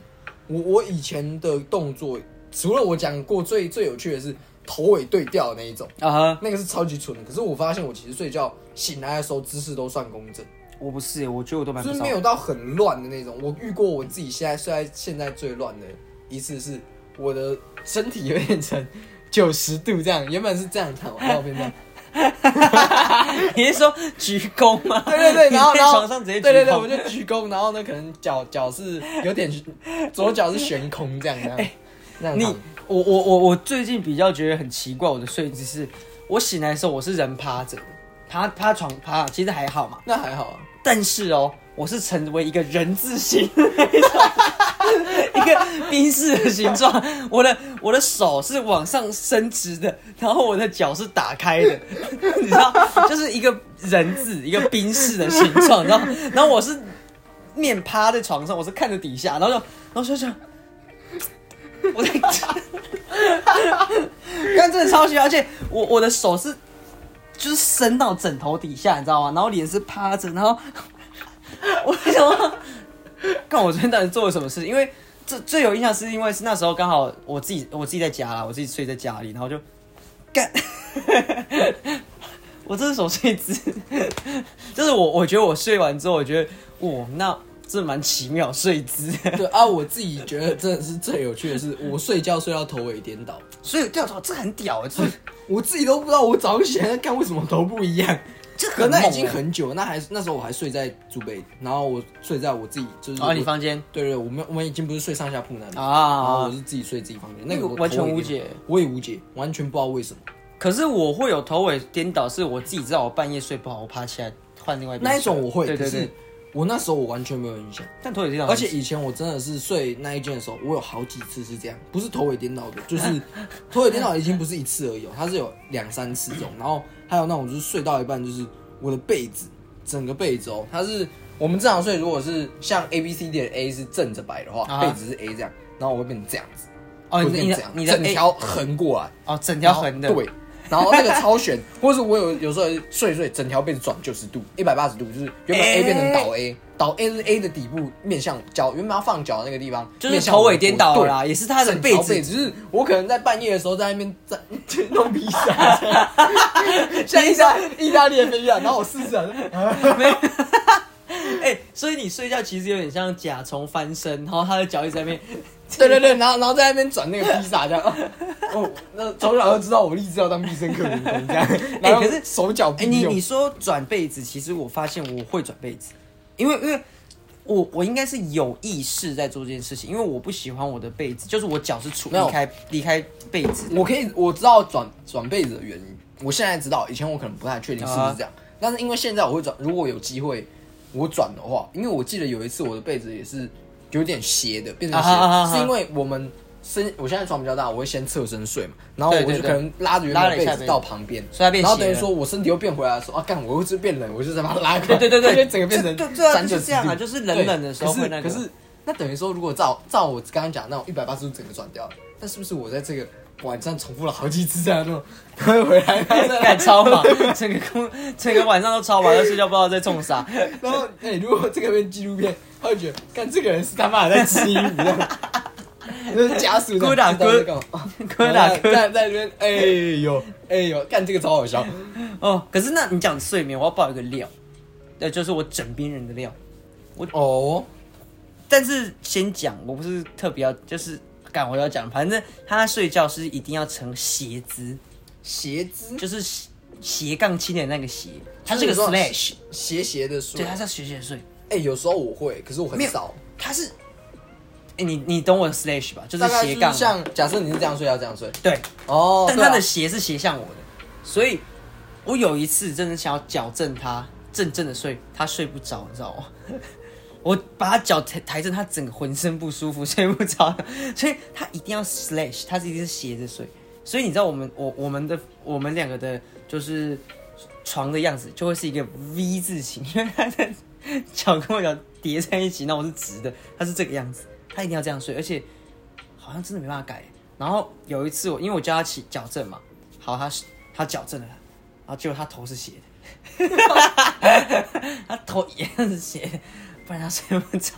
[SPEAKER 1] 我我以前的动作，除了我讲过最最有趣的是头尾对调的那一种，
[SPEAKER 2] 啊哈，
[SPEAKER 1] 那个是超级蠢的。可是我发现我其实睡觉醒来的时候姿势都算工整，
[SPEAKER 2] 我不是耶，我觉得我都蛮
[SPEAKER 1] 就
[SPEAKER 2] 不
[SPEAKER 1] 是
[SPEAKER 2] 少
[SPEAKER 1] 没，有到很乱的那种。我遇过我自己现在睡在现在最乱的一次是我的身体有点成九十度这样，原本是这样躺，然后变这样。
[SPEAKER 2] 你是说鞠躬吗？
[SPEAKER 1] 对对 对，然后 然
[SPEAKER 2] 你在
[SPEAKER 1] 后
[SPEAKER 2] 床上直接鞠
[SPEAKER 1] 对对对，我
[SPEAKER 2] 躬。
[SPEAKER 1] 就鞠躬，然后呢，可能脚脚是有点左脚是悬空这样这样。那
[SPEAKER 2] 你我我我我最近比较觉得很奇怪，我的睡姿是，我醒来的时候我是人趴着，趴趴床趴，其实还好嘛。
[SPEAKER 1] 那还好啊，
[SPEAKER 2] 但是哦，我是成为一个人字形 的那种一个冰室的形状。我的我的手是往上伸直的，然后我的脚是打开的， 你知道，就是一个人字，一个冰室的形状。然后然后我是面趴在床上，我是看着底下，然后就然后就想，我在， 但真的超虚，而且我我的手是就是伸到枕头底下，你知道吗？然后脸是趴着，然后 我就想说，看我昨天到底做了什么事？因为这最有印象是因为是那时候刚好我自己我自己在家啦，我自己睡在家里，然后就干， 我这是手睡姿，就是我我觉得我睡完之后，我觉得哇，那这蛮奇妙的睡姿，
[SPEAKER 1] 对啊，我自己觉得真的是最有趣的是，我睡觉睡到头尾颠倒，
[SPEAKER 2] 所以掉头这很屌欸，这
[SPEAKER 1] 我自己都不知道我早上起来干为什么头不一样。
[SPEAKER 2] 这
[SPEAKER 1] 可
[SPEAKER 2] 很
[SPEAKER 1] 那
[SPEAKER 2] 猛
[SPEAKER 1] 已经
[SPEAKER 2] 欸
[SPEAKER 1] 很久，那还那时候我还睡在祖辈，然后我睡在我自己就是
[SPEAKER 2] 哦，你房间
[SPEAKER 1] 对对，我们我们已经不是睡上下铺那里然后
[SPEAKER 2] 啊
[SPEAKER 1] 我是自己睡自己房间，那
[SPEAKER 2] 那
[SPEAKER 1] 个
[SPEAKER 2] 个
[SPEAKER 1] 我
[SPEAKER 2] 完全
[SPEAKER 1] 头有
[SPEAKER 2] 无
[SPEAKER 1] 点
[SPEAKER 2] 解，
[SPEAKER 1] 我也无解，完全不知道为什么。
[SPEAKER 2] 可是我会有头尾颠倒，是我自己知道我半夜睡不好，我爬起来换另外一边
[SPEAKER 1] 那一种
[SPEAKER 2] 睡
[SPEAKER 1] 我会，
[SPEAKER 2] 对对
[SPEAKER 1] 可是
[SPEAKER 2] 对，
[SPEAKER 1] 我那时候我完全没有印象。
[SPEAKER 2] 但头尾颠倒
[SPEAKER 1] 而
[SPEAKER 2] 很，
[SPEAKER 1] 且以前我真的是睡那一间的时候，我有好几次是这样，不是头尾颠倒的，就是 头尾颠倒已经不是一次而已哦，它是有两三次这种。然后还有那种就是睡到一半，就是我的被子，整个被子哦，它是我们正常睡，如果是像 A B C D 的 A 是正着摆的话，
[SPEAKER 2] 啊哈
[SPEAKER 1] 被子是 A 这样，然后我会变成这样子，
[SPEAKER 2] 哦，
[SPEAKER 1] 会
[SPEAKER 2] 你
[SPEAKER 1] 变成
[SPEAKER 2] 的你
[SPEAKER 1] 这
[SPEAKER 2] 的
[SPEAKER 1] 样，
[SPEAKER 2] 你
[SPEAKER 1] 整
[SPEAKER 2] 的 A
[SPEAKER 1] 条横过来，
[SPEAKER 2] 哦，整条
[SPEAKER 1] 然后
[SPEAKER 2] 横的，
[SPEAKER 1] 对。然后那个超悬， 或是我有有时候睡一睡，整条被子转九十度、一百八十度，就是原本 A
[SPEAKER 2] 欸
[SPEAKER 1] 变成倒 A，、倒 A 是 A 的底部面向脚，原本要放脚的那个地方，
[SPEAKER 2] 就是头尾颠倒了啦，也是他
[SPEAKER 1] 他
[SPEAKER 2] 的
[SPEAKER 1] 的
[SPEAKER 2] 被
[SPEAKER 1] 被子，
[SPEAKER 2] 子，
[SPEAKER 1] 就是我可能在半夜的时候在那边 在弄披萨，像意大意大利的披萨，然后我试试 啊，
[SPEAKER 2] 哎、所以你睡觉其实有点像甲虫翻身，然后他的脚一直在 那边，
[SPEAKER 1] 对对对，然后然后在那边转那个披萨这 样，哦，那从小就知道我立志要当必胜客明星这样，
[SPEAKER 2] 哎
[SPEAKER 1] 然后
[SPEAKER 2] 可是
[SPEAKER 1] 手脚
[SPEAKER 2] 哎、
[SPEAKER 1] 并
[SPEAKER 2] 你
[SPEAKER 1] 用
[SPEAKER 2] 你说转被子，其实我发现我会转被子，因为因为我我应该是有意识在做这件事情，因为我不喜欢我的被子，就是我脚是处
[SPEAKER 1] 没有
[SPEAKER 2] 离开离开被 子的，
[SPEAKER 1] 我可以我知道转转被子的原因，我现在知道，以前我可能不太确定是不是这样，
[SPEAKER 2] 啊
[SPEAKER 1] 但是因为现在我会转，如果有机会我转的话，因为我记得有一次我的被子也是有点斜的，变成斜的，
[SPEAKER 2] 啊哈啊哈
[SPEAKER 1] 是因为我们身我现在床比较大，我会先侧身睡嘛，然后
[SPEAKER 2] 对
[SPEAKER 1] 我就
[SPEAKER 2] 对对
[SPEAKER 1] 可能拉着原本的
[SPEAKER 2] 拉了
[SPEAKER 1] 被
[SPEAKER 2] 一下
[SPEAKER 1] 子到旁边，
[SPEAKER 2] 所以它变
[SPEAKER 1] 然后
[SPEAKER 2] 斜
[SPEAKER 1] 等于
[SPEAKER 2] 了
[SPEAKER 1] 说我身体又变回来的时候，啊干，我又是变冷，我就再把它拉开，
[SPEAKER 2] 对 对对
[SPEAKER 1] 它
[SPEAKER 2] 对
[SPEAKER 1] 就整个变成
[SPEAKER 2] 对对啊
[SPEAKER 1] 三
[SPEAKER 2] 就是这样啊
[SPEAKER 1] 90度
[SPEAKER 2] 就是冷冷的时候
[SPEAKER 1] 对
[SPEAKER 2] 会那个
[SPEAKER 1] 可是可是那等于说，如果照照我刚刚讲那种一百八十度整个转掉，那是不是我在这个晚上重复了好几次这样弄，然后回 来，然后再
[SPEAKER 2] 干超 忙，整个空整个晚上都超忙，要睡觉不知道在 冲啥。
[SPEAKER 1] 然后哎、如果这个变纪录片，他会觉得干这个人是他妈的在吃衣服这样。就是家属
[SPEAKER 2] 哥打哥
[SPEAKER 1] 哥
[SPEAKER 2] 哥打哥
[SPEAKER 1] 哦在在那边，哎呦哎呦，干这个超好笑。
[SPEAKER 2] 哦，可是那你讲睡眠，我要爆一个料，那就是我枕边人的料。
[SPEAKER 1] 哦，
[SPEAKER 2] 但是先讲，我不是特别要，就是赶我要讲，反正他睡觉是一定要成斜姿，
[SPEAKER 1] 鞋子
[SPEAKER 2] 就是斜斜杠青年那个斜，它是个
[SPEAKER 1] 有时候
[SPEAKER 2] slash，
[SPEAKER 1] 斜斜的说
[SPEAKER 2] 对，，它是要斜斜睡，
[SPEAKER 1] 哎、有时候我会，可是我很
[SPEAKER 2] 没有
[SPEAKER 1] 少。
[SPEAKER 2] 它是，哎、你你懂我的 slash 吧？就是
[SPEAKER 1] 大概
[SPEAKER 2] 斜
[SPEAKER 1] 就
[SPEAKER 2] 杠
[SPEAKER 1] 是
[SPEAKER 2] 嘛，
[SPEAKER 1] 像假设你是这样睡，要这样睡。
[SPEAKER 2] 对，
[SPEAKER 1] 哦，
[SPEAKER 2] 但
[SPEAKER 1] 对啊
[SPEAKER 2] 他的鞋是斜向我的，所以我有一次真的想要矫正他，正正的睡，他睡不着，你知道吗？ 我把他脚抬抬正，他整个浑身不舒服， 睡不着，所以他一定要 slash，他是一定是斜着睡。所以你知道我们我我们的我们两个的就是床的样子就会是一个 V 字形，因为他的 脚跟我脚叠在一起，那我是直的，他是这个样子，他一定要这样睡，而且好像真的没办法改。然后有一次我因为我叫他起矫正嘛，好，他是他矫正了，然后结果他头是斜的， 他头一样是斜的，不然他睡不着。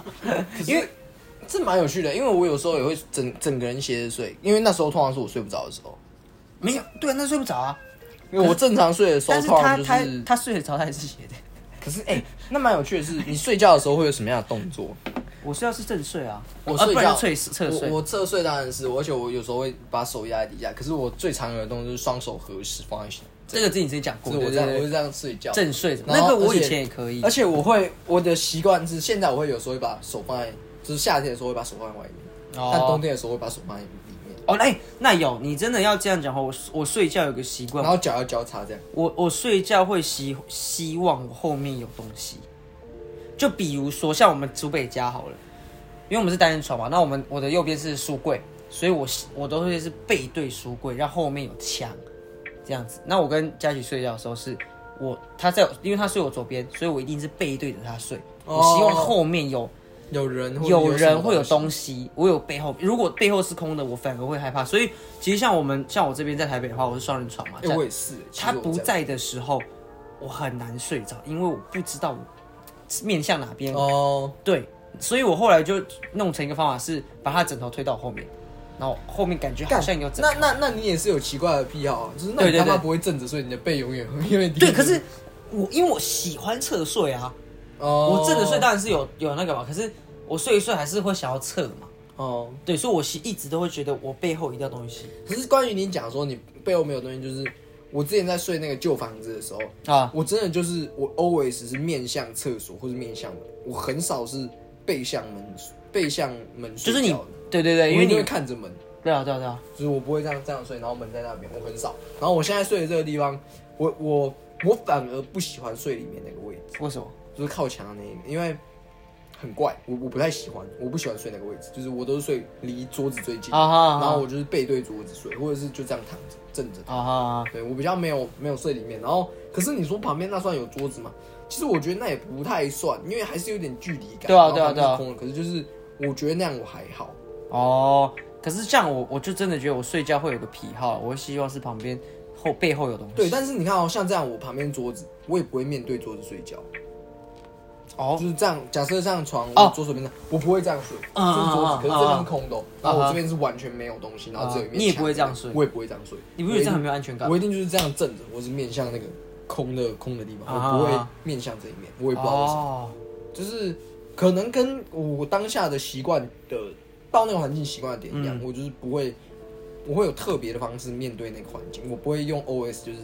[SPEAKER 2] 因为
[SPEAKER 1] 这蛮有趣的，因为我有时候也会整整个人斜着睡，因为那时候通常是我睡不着的时候，
[SPEAKER 2] 没有对啊，那睡不着啊。
[SPEAKER 1] 因为我正常睡的时候
[SPEAKER 2] 但是
[SPEAKER 1] 通
[SPEAKER 2] 他、
[SPEAKER 1] 啊常就
[SPEAKER 2] 他
[SPEAKER 1] 是，
[SPEAKER 2] 他睡得着，他也是斜的。
[SPEAKER 1] 可是哎、那蛮有趣的是，你睡觉的时候会有什么样的动作？
[SPEAKER 2] 我是要是正睡啊，
[SPEAKER 1] 我
[SPEAKER 2] 啊
[SPEAKER 1] 睡呃觉
[SPEAKER 2] 不然就睡侧睡
[SPEAKER 1] 我。我侧睡当然是，而且我有时候会把手压在底下，可是我最常有的动作是双手合十放在
[SPEAKER 2] 这个自己之前讲过，
[SPEAKER 1] 就是我
[SPEAKER 2] 对
[SPEAKER 1] 这样，
[SPEAKER 2] 对
[SPEAKER 1] 我
[SPEAKER 2] 对
[SPEAKER 1] 是这样睡觉。
[SPEAKER 2] 正睡什么
[SPEAKER 1] 然后
[SPEAKER 2] 那个我
[SPEAKER 1] 而且
[SPEAKER 2] 以前也可以
[SPEAKER 1] 而且我会我的习惯是，现在我会有时候会把手放在，就是夏天的时候会把手放在外面，
[SPEAKER 2] 哦
[SPEAKER 1] 但冬天的时候会把手放在里面，
[SPEAKER 2] 哦，哎、那有你真的要这样讲话，我我睡觉有个习惯
[SPEAKER 1] 然，后脚要交叉这样。
[SPEAKER 2] 我我睡觉会希希望我后面有东西，就比如说像我们祖北家好了，因为我们是单人床嘛，那我们我的右边是书柜，所以我是我都会是背对书柜，让后面有墙这样子。那我跟佳琪睡觉的时候是。我他在，因为他睡我左边，所以我一定是背对着他睡。我希望
[SPEAKER 1] 哦
[SPEAKER 2] 后面有
[SPEAKER 1] 有人或者
[SPEAKER 2] 有
[SPEAKER 1] 什
[SPEAKER 2] 人
[SPEAKER 1] 么
[SPEAKER 2] 会有东西，我有背后，如果背后是空的，我反而会害怕。所以其实像我们像我这边在台北的话，我是双人床嘛，
[SPEAKER 1] 哎、我也是，其实
[SPEAKER 2] 他
[SPEAKER 1] 我
[SPEAKER 2] 不
[SPEAKER 1] 这样
[SPEAKER 2] 在的时候，我很难睡着，因为我不知道我面向哪边。
[SPEAKER 1] 哦，
[SPEAKER 2] 对，所以我后来就弄成一个方法是把他枕头推到我后面，然后后面感觉好
[SPEAKER 1] 干
[SPEAKER 2] 像有枕
[SPEAKER 1] 那
[SPEAKER 2] 头。
[SPEAKER 1] 那那你也是有奇怪的癖好、啊，就是那
[SPEAKER 2] 对
[SPEAKER 1] 你
[SPEAKER 2] 对
[SPEAKER 1] 他妈
[SPEAKER 2] 对
[SPEAKER 1] 不会正着，所以你的背永远会因为
[SPEAKER 2] 对，可是我因为我喜欢侧睡啊，
[SPEAKER 1] 哦，
[SPEAKER 2] 我正着睡当然是有有那个嘛，可是我睡一睡还是会想要侧嘛。
[SPEAKER 1] 哦。
[SPEAKER 2] 对，所以我是一直都会觉得我背后一定要东西
[SPEAKER 1] 可是关于你讲说你背后没有东西，就是我之前在睡那个旧房子的时候，
[SPEAKER 2] 啊。
[SPEAKER 1] 我真的就是我 always 是面向厕所或是面向门，我很少是背向门背向门
[SPEAKER 2] 就
[SPEAKER 1] 睡
[SPEAKER 2] 是
[SPEAKER 1] 觉的，
[SPEAKER 2] 你，对对对，因
[SPEAKER 1] 我
[SPEAKER 2] 为
[SPEAKER 1] 一定
[SPEAKER 2] 你
[SPEAKER 1] 会看着门，
[SPEAKER 2] 对啊对啊对啊，
[SPEAKER 1] 就是我不会这样这样睡，然后门在那边，我很少。然后我现在睡的这个地方，我我我反而不喜欢睡里面那个位置。
[SPEAKER 2] 为什么？
[SPEAKER 1] 就是靠墙的那一面，因为很怪，我我不太喜欢，我不喜欢睡那个位置，就是我都是睡离桌子最近，
[SPEAKER 2] 啊哈啊哈
[SPEAKER 1] 然后我就是背对桌子睡，或者是就这样躺着正着。
[SPEAKER 2] 啊哈啊哈，
[SPEAKER 1] 对我比较没有没有睡里面，然后可是你说旁边那算有桌子吗？其实我觉得那也不太算，因为还是有点距离感。
[SPEAKER 2] 对
[SPEAKER 1] 然
[SPEAKER 2] 啊
[SPEAKER 1] 后
[SPEAKER 2] 对啊
[SPEAKER 1] 旁边
[SPEAKER 2] 对
[SPEAKER 1] 是
[SPEAKER 2] 啊
[SPEAKER 1] 空的，可是就是我觉得那样我还好。
[SPEAKER 2] 哦，可是这样我我就真的觉得我睡觉会有个癖好，我会希望是旁边后背后有东西。
[SPEAKER 1] 对，但是你看哦，像这样我旁边桌子，我也不会面对桌子睡觉，
[SPEAKER 2] 哦，
[SPEAKER 1] 就是这样。假设这样床，
[SPEAKER 2] 哦
[SPEAKER 1] 我左手边的，我不会这样睡，
[SPEAKER 2] 嗯
[SPEAKER 1] 这是桌子，可
[SPEAKER 2] 嗯
[SPEAKER 1] 是
[SPEAKER 2] 嗯
[SPEAKER 1] 这边
[SPEAKER 2] 嗯
[SPEAKER 1] 是空的哦，然后
[SPEAKER 2] 嗯
[SPEAKER 1] 我这边是完全没有东西，然后只有一面
[SPEAKER 2] 嗯
[SPEAKER 1] 墙。
[SPEAKER 2] 你也不会这样睡
[SPEAKER 1] 我也不会这样睡。
[SPEAKER 2] 你不觉得这样很没有安全感
[SPEAKER 1] 我一定就是这样正着，我是面向那个空的空的地方，
[SPEAKER 2] 啊
[SPEAKER 1] 我不
[SPEAKER 2] 啊
[SPEAKER 1] 会
[SPEAKER 2] 啊
[SPEAKER 1] 面向这一面，我也不知道为什么，
[SPEAKER 2] 哦，
[SPEAKER 1] 就是可能跟我当下的习惯的到那个环境习惯的点一样，
[SPEAKER 2] 嗯
[SPEAKER 1] 我就是不会，我会有特别的方式面对那个环境，我不会用 OS，就是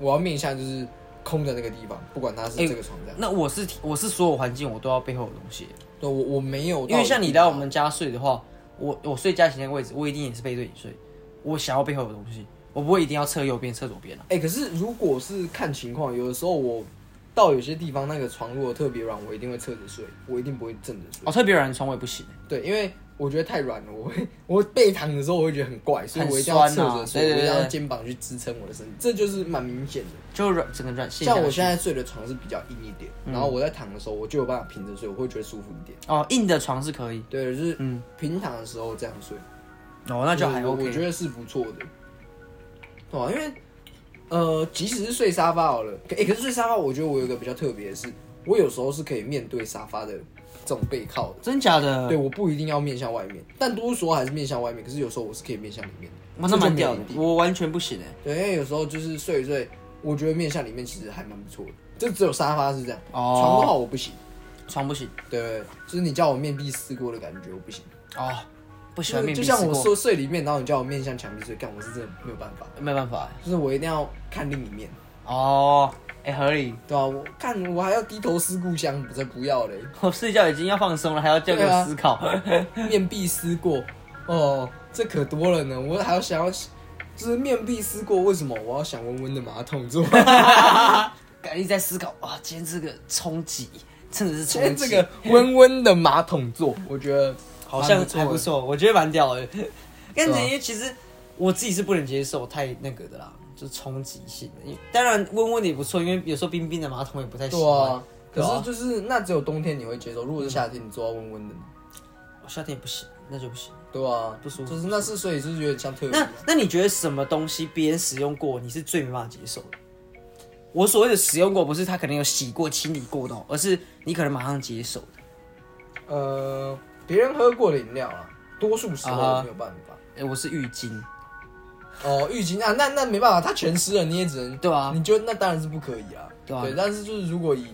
[SPEAKER 1] 我要面向就是空的那个地方，不管它是
[SPEAKER 2] 哎
[SPEAKER 1] 这个床这样。
[SPEAKER 2] 那我是我是所有环境我都要背后有东西，
[SPEAKER 1] 对，我我没有到一定
[SPEAKER 2] 因
[SPEAKER 1] 要，
[SPEAKER 2] 为像你来我们家睡的话，我我睡家前那个位置，我一定也是背对你睡，我想要背后有东西，我不会一定要侧右边侧左边啊。
[SPEAKER 1] 哎、可是如果是看情况，有的时候我到有些地方那个床如果特别软，我一定会侧着睡，我一定不会正着睡。
[SPEAKER 2] 哦，特别软的床我也不行，
[SPEAKER 1] 对，因为我觉得太软了，我会我背躺的时候我会觉得很怪，所以
[SPEAKER 2] 很
[SPEAKER 1] 我一定要侧
[SPEAKER 2] 酸啊
[SPEAKER 1] 着睡，
[SPEAKER 2] 对对
[SPEAKER 1] 我一定要
[SPEAKER 2] 对
[SPEAKER 1] 用肩膀去支撑我的身体，这就是蛮明显的。
[SPEAKER 2] 就软整个软线下去。
[SPEAKER 1] 像我现在睡的床是比较硬一点，
[SPEAKER 2] 嗯
[SPEAKER 1] 然后我在躺的时候我就有办法平着睡，我会觉得舒服一点。
[SPEAKER 2] 哦硬的床是可以，
[SPEAKER 1] 对，就是
[SPEAKER 2] 嗯
[SPEAKER 1] 平躺的时候这样睡，
[SPEAKER 2] 哦那就还
[SPEAKER 1] 我我觉
[SPEAKER 2] OK。
[SPEAKER 1] 得是不错的。哦，因为呃，即使是睡沙发好了，可、欸、可是睡沙发，我觉得我有一个比较特别的是，我有时候是可以面对沙发的这种背靠的。
[SPEAKER 2] 真假的？
[SPEAKER 1] 对，我不一定要面向外面，但多数还是面向外面。可是有时候我是可以面向里面的，
[SPEAKER 2] 哇，那蛮
[SPEAKER 1] 这就
[SPEAKER 2] 屌
[SPEAKER 1] 没
[SPEAKER 2] 的
[SPEAKER 1] 有一，定
[SPEAKER 2] 我完全不行哎、
[SPEAKER 1] 对，因为有时候就是睡一睡，我觉得面向里面其实还蛮不错的。就只有沙发是这样，
[SPEAKER 2] 哦
[SPEAKER 1] 床的话我不行。
[SPEAKER 2] 床不行
[SPEAKER 1] 对，就是你叫我面壁思过的感觉，我不行。
[SPEAKER 2] 哦，不喜
[SPEAKER 1] 就
[SPEAKER 2] 欢
[SPEAKER 1] 是
[SPEAKER 2] 面
[SPEAKER 1] 就
[SPEAKER 2] 壁
[SPEAKER 1] 像
[SPEAKER 2] 思
[SPEAKER 1] 我
[SPEAKER 2] 过，
[SPEAKER 1] 说睡里面，然后你叫我面向墙壁睡，干我是真的没有办法。
[SPEAKER 2] 没办法哎、
[SPEAKER 1] 就是我一定要看另一面，
[SPEAKER 2] 哦，哎、合理。
[SPEAKER 1] 对啊，我看我还要低头思故乡，我才不要嘞，
[SPEAKER 2] 我睡觉已经要放松了，还要叫
[SPEAKER 1] 对
[SPEAKER 2] 我
[SPEAKER 1] 啊
[SPEAKER 2] 思考。
[SPEAKER 1] 面壁思过，哦，这可多了呢，我还要想要，就是面壁思过，为什么我要想温温的马桶 座？
[SPEAKER 2] 感觉一直在思考哇，今天这个冲击真的是
[SPEAKER 1] 今天
[SPEAKER 2] 冲击，
[SPEAKER 1] 哎这 个温温的马桶座，我觉得
[SPEAKER 2] 好像
[SPEAKER 1] 蛮
[SPEAKER 2] 还不
[SPEAKER 1] 的。
[SPEAKER 2] 错，我觉得蛮屌的。 跟
[SPEAKER 1] 是
[SPEAKER 2] 着
[SPEAKER 1] 吗
[SPEAKER 2] 因为其实我自己是不能接受太那个的啦，就是冲击性的。因为当然温温的也不错，因为有时候冰冰的马桶也不太喜
[SPEAKER 1] 对
[SPEAKER 2] 欢
[SPEAKER 1] 啊。，可
[SPEAKER 2] 对啊
[SPEAKER 1] 是就是那只有冬天你会接受，如果是夏天你做到温温的呢，
[SPEAKER 2] 我夏天也不行，那就不行。
[SPEAKER 1] 对啊，
[SPEAKER 2] 不舒服
[SPEAKER 1] 就是那是所以就是有点像特别。
[SPEAKER 2] 那那你觉得什么东西别人使用过，你是最没办法接受的？我所谓的使用过，不是他可能有洗过、清理过的哦，而是你可能马上接受的。
[SPEAKER 1] 呃，别人喝过的饮料啊，多数时
[SPEAKER 2] 啊
[SPEAKER 1] 候
[SPEAKER 2] 哈
[SPEAKER 1] 我没有办法。
[SPEAKER 2] 哎，我是浴巾，
[SPEAKER 1] 哦，浴巾啊，那那没办法，它全湿了，你也只能
[SPEAKER 2] 对啊
[SPEAKER 1] 你就那当然是不可以啊，
[SPEAKER 2] 对啊
[SPEAKER 1] 但是就是如果以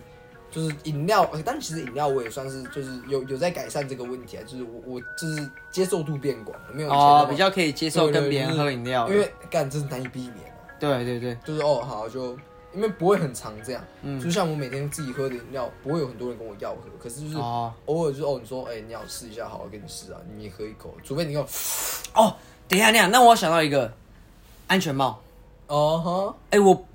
[SPEAKER 1] 就是饮料，呃但其实饮料我也算是就是有有在改善这个问题啊，就是我我就是接受度变广，了，没有以前那
[SPEAKER 2] 哦
[SPEAKER 1] 么，
[SPEAKER 2] 比较可以接受
[SPEAKER 1] 对对
[SPEAKER 2] 跟别人
[SPEAKER 1] 就是
[SPEAKER 2] 喝饮料了，
[SPEAKER 1] 因为干真的难以避免啊、
[SPEAKER 2] 对对对，
[SPEAKER 1] 就是哦好就因为不会很常这样，
[SPEAKER 2] 嗯
[SPEAKER 1] 就像我每天自己喝的饮料，不会有很多人跟我要喝，可是就是
[SPEAKER 2] 哦
[SPEAKER 1] 偶尔就是哦你说哎、你要试一下，好我给你试啊，你也喝一口，除非你有
[SPEAKER 2] 哦，等一下，等一下，那我想到一个安全帽，
[SPEAKER 1] 哦哈
[SPEAKER 2] 哎、我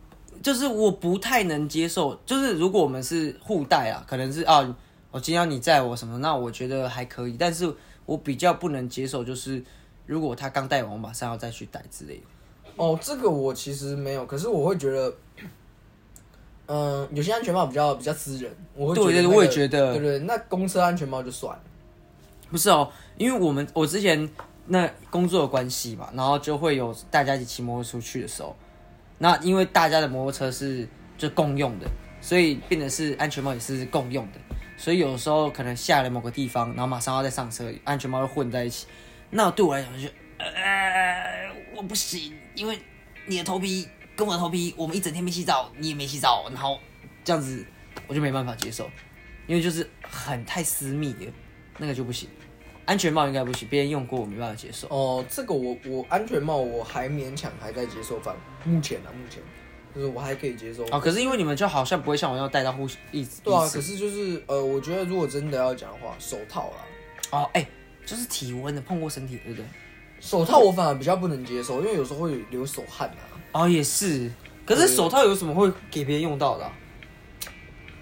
[SPEAKER 2] 就是我不太能接受，就是如果我们是互带啊，可能是啊，我今天要你载我什么，那我觉得还可以，但是我比较不能接受就是。如果他刚带完，我马上要再去带之类的。
[SPEAKER 1] 哦这个我其实没有，可是我会觉得。嗯，有些安全帽比较比较私人，我会觉得
[SPEAKER 2] 对对
[SPEAKER 1] 那个
[SPEAKER 2] 我也觉得
[SPEAKER 1] 对对，对那公车安全帽就算了。
[SPEAKER 2] 不是哦，因为我们我之前那工作的关系嘛，然后就会有大家一起骑摩托车出去的时候，那因为大家的摩托车是就共用的，所以变得是安全帽也是共用的，所以有时候可能下了某个地方，然后马上要再上车，安全帽会混在一起。那对我来讲就，呃，我不行，因为你的头皮跟我的头皮，我们一整天没洗澡，你也没洗澡，然后这样子我就没办法接受，因为就是很太私密了，那个就不行。安全帽应该不行，别人用过我没办法接受。
[SPEAKER 1] 哦，这个我我安全帽我还勉强还在接受范围，目前啊目前，就是我还可以接受。
[SPEAKER 2] 哦，可是因为你们就好像不会像我一样戴到护一直
[SPEAKER 1] 对啊，
[SPEAKER 2] 一直
[SPEAKER 1] 可是就是呃，我觉得如果真的要讲的话，手套啦，
[SPEAKER 2] 哦，哎、就是体温的碰过身体，对不对？
[SPEAKER 1] 手套我反而比较不能接受，因为有时候会流手汗啊。
[SPEAKER 2] 哦，也是。可是手套有什么会给别人用到的啊、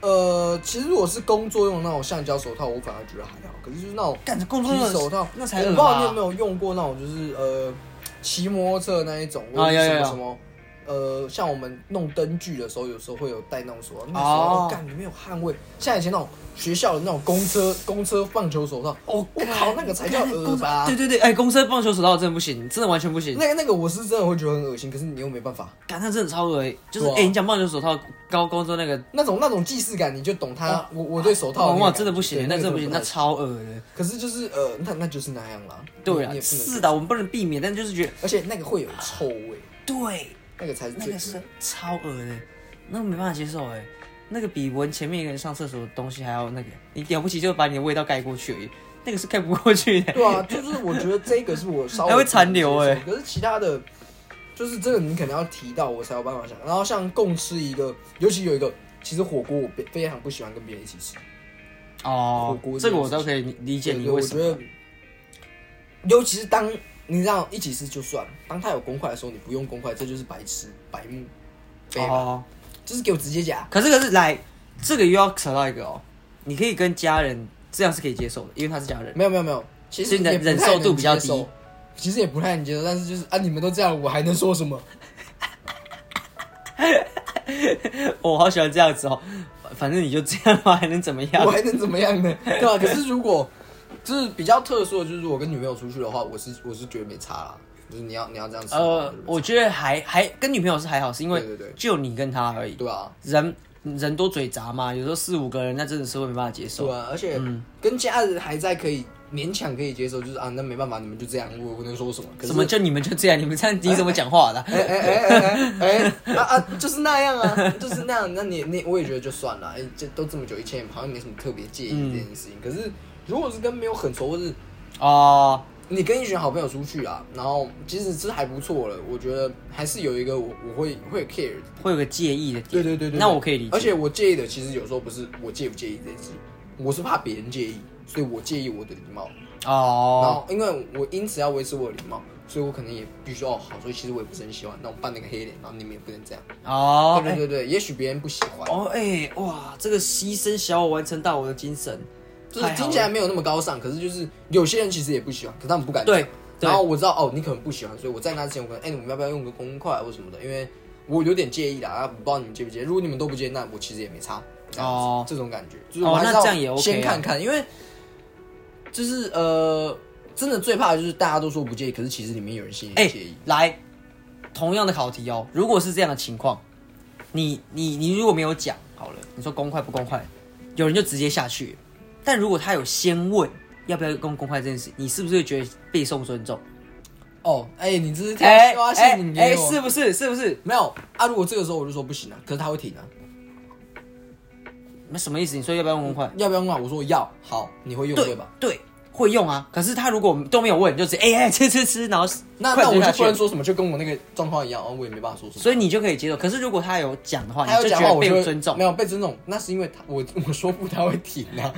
[SPEAKER 1] 呃，其实如果是工作用的那种橡胶手套，我反而觉得还好。可是就是那种
[SPEAKER 2] 干着工作用
[SPEAKER 1] 皮
[SPEAKER 2] 的
[SPEAKER 1] 手套，
[SPEAKER 2] 那才
[SPEAKER 1] 我
[SPEAKER 2] 恶
[SPEAKER 1] 不知
[SPEAKER 2] 吧
[SPEAKER 1] 道你有没有用过那种，就是呃，骑摩托车的那一种，
[SPEAKER 2] 啊
[SPEAKER 1] 或者是
[SPEAKER 2] 有
[SPEAKER 1] 什
[SPEAKER 2] 有
[SPEAKER 1] 么
[SPEAKER 2] 有
[SPEAKER 1] 什么。呃，像我们弄灯具的时候，有时候会有带那种手套，那时
[SPEAKER 2] 哦
[SPEAKER 1] 候哦干、里面有汗味。像以前那种学校的那种公车、公车棒球手套，
[SPEAKER 2] 哦
[SPEAKER 1] 我靠，那个才叫恶吧？
[SPEAKER 2] 对对对，哎、公车棒球手套真的不行，真的完全不行。
[SPEAKER 1] 那个那个我是真的会觉得很恶心，可是你又没办法。
[SPEAKER 2] 感那真的超恶欸就是哎、
[SPEAKER 1] 对啊
[SPEAKER 2] 你讲棒球手套高工作那个，
[SPEAKER 1] 那种那种既视感，你就懂他。
[SPEAKER 2] 哦
[SPEAKER 1] 我我对手套
[SPEAKER 2] 哇
[SPEAKER 1] 的那个
[SPEAKER 2] 哇
[SPEAKER 1] 感觉，
[SPEAKER 2] 真的不行
[SPEAKER 1] 对
[SPEAKER 2] 欸，那真的不行，那
[SPEAKER 1] 太
[SPEAKER 2] 超恶的。
[SPEAKER 1] 可是就是呃，那那就是那样啦。
[SPEAKER 2] 对
[SPEAKER 1] 你
[SPEAKER 2] 啊
[SPEAKER 1] 你，也不能，
[SPEAKER 2] 是的，我们不能避免，但就是觉得
[SPEAKER 1] 而且那个会有臭味，
[SPEAKER 2] 对，
[SPEAKER 1] 那个才是
[SPEAKER 2] 那
[SPEAKER 1] 最
[SPEAKER 2] 个是超恶的，那个没办法接受哎、那个比闻前面一个人上厕所的东西还要那个，你了不起就把你的味道盖过去而已，那个是盖不过去的。
[SPEAKER 1] 对啊，就是我觉得这个是我稍微
[SPEAKER 2] 还会残留
[SPEAKER 1] 哎、
[SPEAKER 2] 欸
[SPEAKER 1] 可是其他的，就是这个你可能要提到我才有办法想。然后像共吃一个，尤其有一个，其实火锅我非非常不喜欢跟别人一起吃。
[SPEAKER 2] 哦
[SPEAKER 1] 火锅，
[SPEAKER 2] 这个我倒可以理解
[SPEAKER 1] 对
[SPEAKER 2] 你
[SPEAKER 1] 对
[SPEAKER 2] 为
[SPEAKER 1] 我
[SPEAKER 2] 什
[SPEAKER 1] 觉
[SPEAKER 2] 么
[SPEAKER 1] 得。，尤其是当你这样一起吃就算了，当他有公筷的时候，你不用公筷，这就是白痴白目。对吧
[SPEAKER 2] 哦，
[SPEAKER 1] 就是给我直接夹。
[SPEAKER 2] 可是可是来，这个又要扯到一个哦，你可以跟家人这样是可以接受的，因为他是家人。
[SPEAKER 1] 没有没有没有，其实
[SPEAKER 2] 所以你的
[SPEAKER 1] 也不太能
[SPEAKER 2] 忍受度比较
[SPEAKER 1] 接受
[SPEAKER 2] 低，
[SPEAKER 1] 其实也不太能接受，但是就是啊，你们都这样，我还能说什么？
[SPEAKER 2] 我好喜欢这样子哦，反正你就这样吧，还能怎么 样
[SPEAKER 1] 我？还能怎么样呢？对啊吧、可是如果 就是比较特殊的，就是我跟女朋友出去的话，我是我是觉得没差啦，就是你要你要这样吃的话，
[SPEAKER 2] 呃，我觉得还还跟女朋友是还好，是因为
[SPEAKER 1] 对对对
[SPEAKER 2] 就你跟他而已。
[SPEAKER 1] 对啊，
[SPEAKER 2] 人人多嘴杂嘛，有时候四五个人，那真的是会没办法接受。
[SPEAKER 1] 对啊，而且跟家人还在可以勉强可以接受，就是啊，那没办法，你们就这样，我我能说什么？可是
[SPEAKER 2] 怎么就你们就这样？你们这样你怎么讲话 的啊、
[SPEAKER 1] 哎哎哎哎哎哎啊啊，就是那样啊， 就是那样。那你你我也觉得就算了，哎、这都这么久以前，好像没什么特别介意这件事情。可是如果是跟没有很熟，或是
[SPEAKER 2] 哦，
[SPEAKER 1] 你跟一群好朋友出去啊，然后其实是还不错了，我觉得还是有一个我我会会 care 的。
[SPEAKER 2] 会有个介意的
[SPEAKER 1] 对
[SPEAKER 2] 点。
[SPEAKER 1] 对对对，
[SPEAKER 2] 那我可以理解。
[SPEAKER 1] 而且我介意的其实有时候不是我介不介意这件事情，我是怕别人介意，所以我介意我的礼貌。然
[SPEAKER 2] 哦，
[SPEAKER 1] 后因为我因此要维持我的礼貌，所以我可能也必须哦好，所以其实我也不是很喜欢那我扮那个黑脸，然后你们也不能这样。
[SPEAKER 2] 哦，
[SPEAKER 1] 对对对对，也许别人不喜欢，
[SPEAKER 2] 哦，哎、哇，这个牺牲小我完成大我的精神，
[SPEAKER 1] 就是
[SPEAKER 2] 哦太好
[SPEAKER 1] 听起来
[SPEAKER 2] 了
[SPEAKER 1] 没有那么高尚，可是就是有些人其实也不喜欢，可是他们不敢讲
[SPEAKER 2] 对对
[SPEAKER 1] 然后我知道哦，你可能不喜欢，所以我在那之前我可能哎、你们要不要用个公筷或什么的？因为我有点介意啦，啊，不知道你们介不介意。如果你们都不介意，那我其实也没差。这样子
[SPEAKER 2] 哦
[SPEAKER 1] 这种感觉就是
[SPEAKER 2] 哦
[SPEAKER 1] 我还是
[SPEAKER 2] 那
[SPEAKER 1] 要
[SPEAKER 2] 这样也 OK 啊
[SPEAKER 1] 先看看，因为就是呃，真的最怕的就是大家都说不介意，可是其实里面有人心里
[SPEAKER 2] 哎、
[SPEAKER 1] 介意。
[SPEAKER 2] 来，同样的考题哦。如果是这样的情况，你你你如果没有讲好了，你说公筷不公筷，有人就直接下去了。但如果他有先问要不要公公筷这件事，你是不是会觉得备受尊重？
[SPEAKER 1] 哦，哎、你这是挑
[SPEAKER 2] 哎
[SPEAKER 1] 挑
[SPEAKER 2] 哎
[SPEAKER 1] 衅你哦给
[SPEAKER 2] 哎，
[SPEAKER 1] 我
[SPEAKER 2] 是不是是不是？
[SPEAKER 1] 没有啊？如果这个时候我就说不行啊，可是他会停啊。
[SPEAKER 2] 那什么意思？你说要不要用问快？
[SPEAKER 1] 要不要用啊？我说要，好，你会用对吧？？
[SPEAKER 2] 对，会用啊。可是他如果都没有问，你就直接哎哎、吃吃吃，然后
[SPEAKER 1] 那
[SPEAKER 2] 筷
[SPEAKER 1] 那
[SPEAKER 2] 子
[SPEAKER 1] 我
[SPEAKER 2] 下
[SPEAKER 1] 就
[SPEAKER 2] 去
[SPEAKER 1] 不能说什么，就跟我那个状况一样，哦我也没办法说什么。
[SPEAKER 2] 所以你就可以接受。可是如果他有讲的话，
[SPEAKER 1] 他要
[SPEAKER 2] 哦你就
[SPEAKER 1] 讲
[SPEAKER 2] 觉
[SPEAKER 1] 话，
[SPEAKER 2] 得
[SPEAKER 1] 我就
[SPEAKER 2] 被
[SPEAKER 1] 会
[SPEAKER 2] 尊重
[SPEAKER 1] 没。有被尊重，那是因为他我我说不，他会停啊。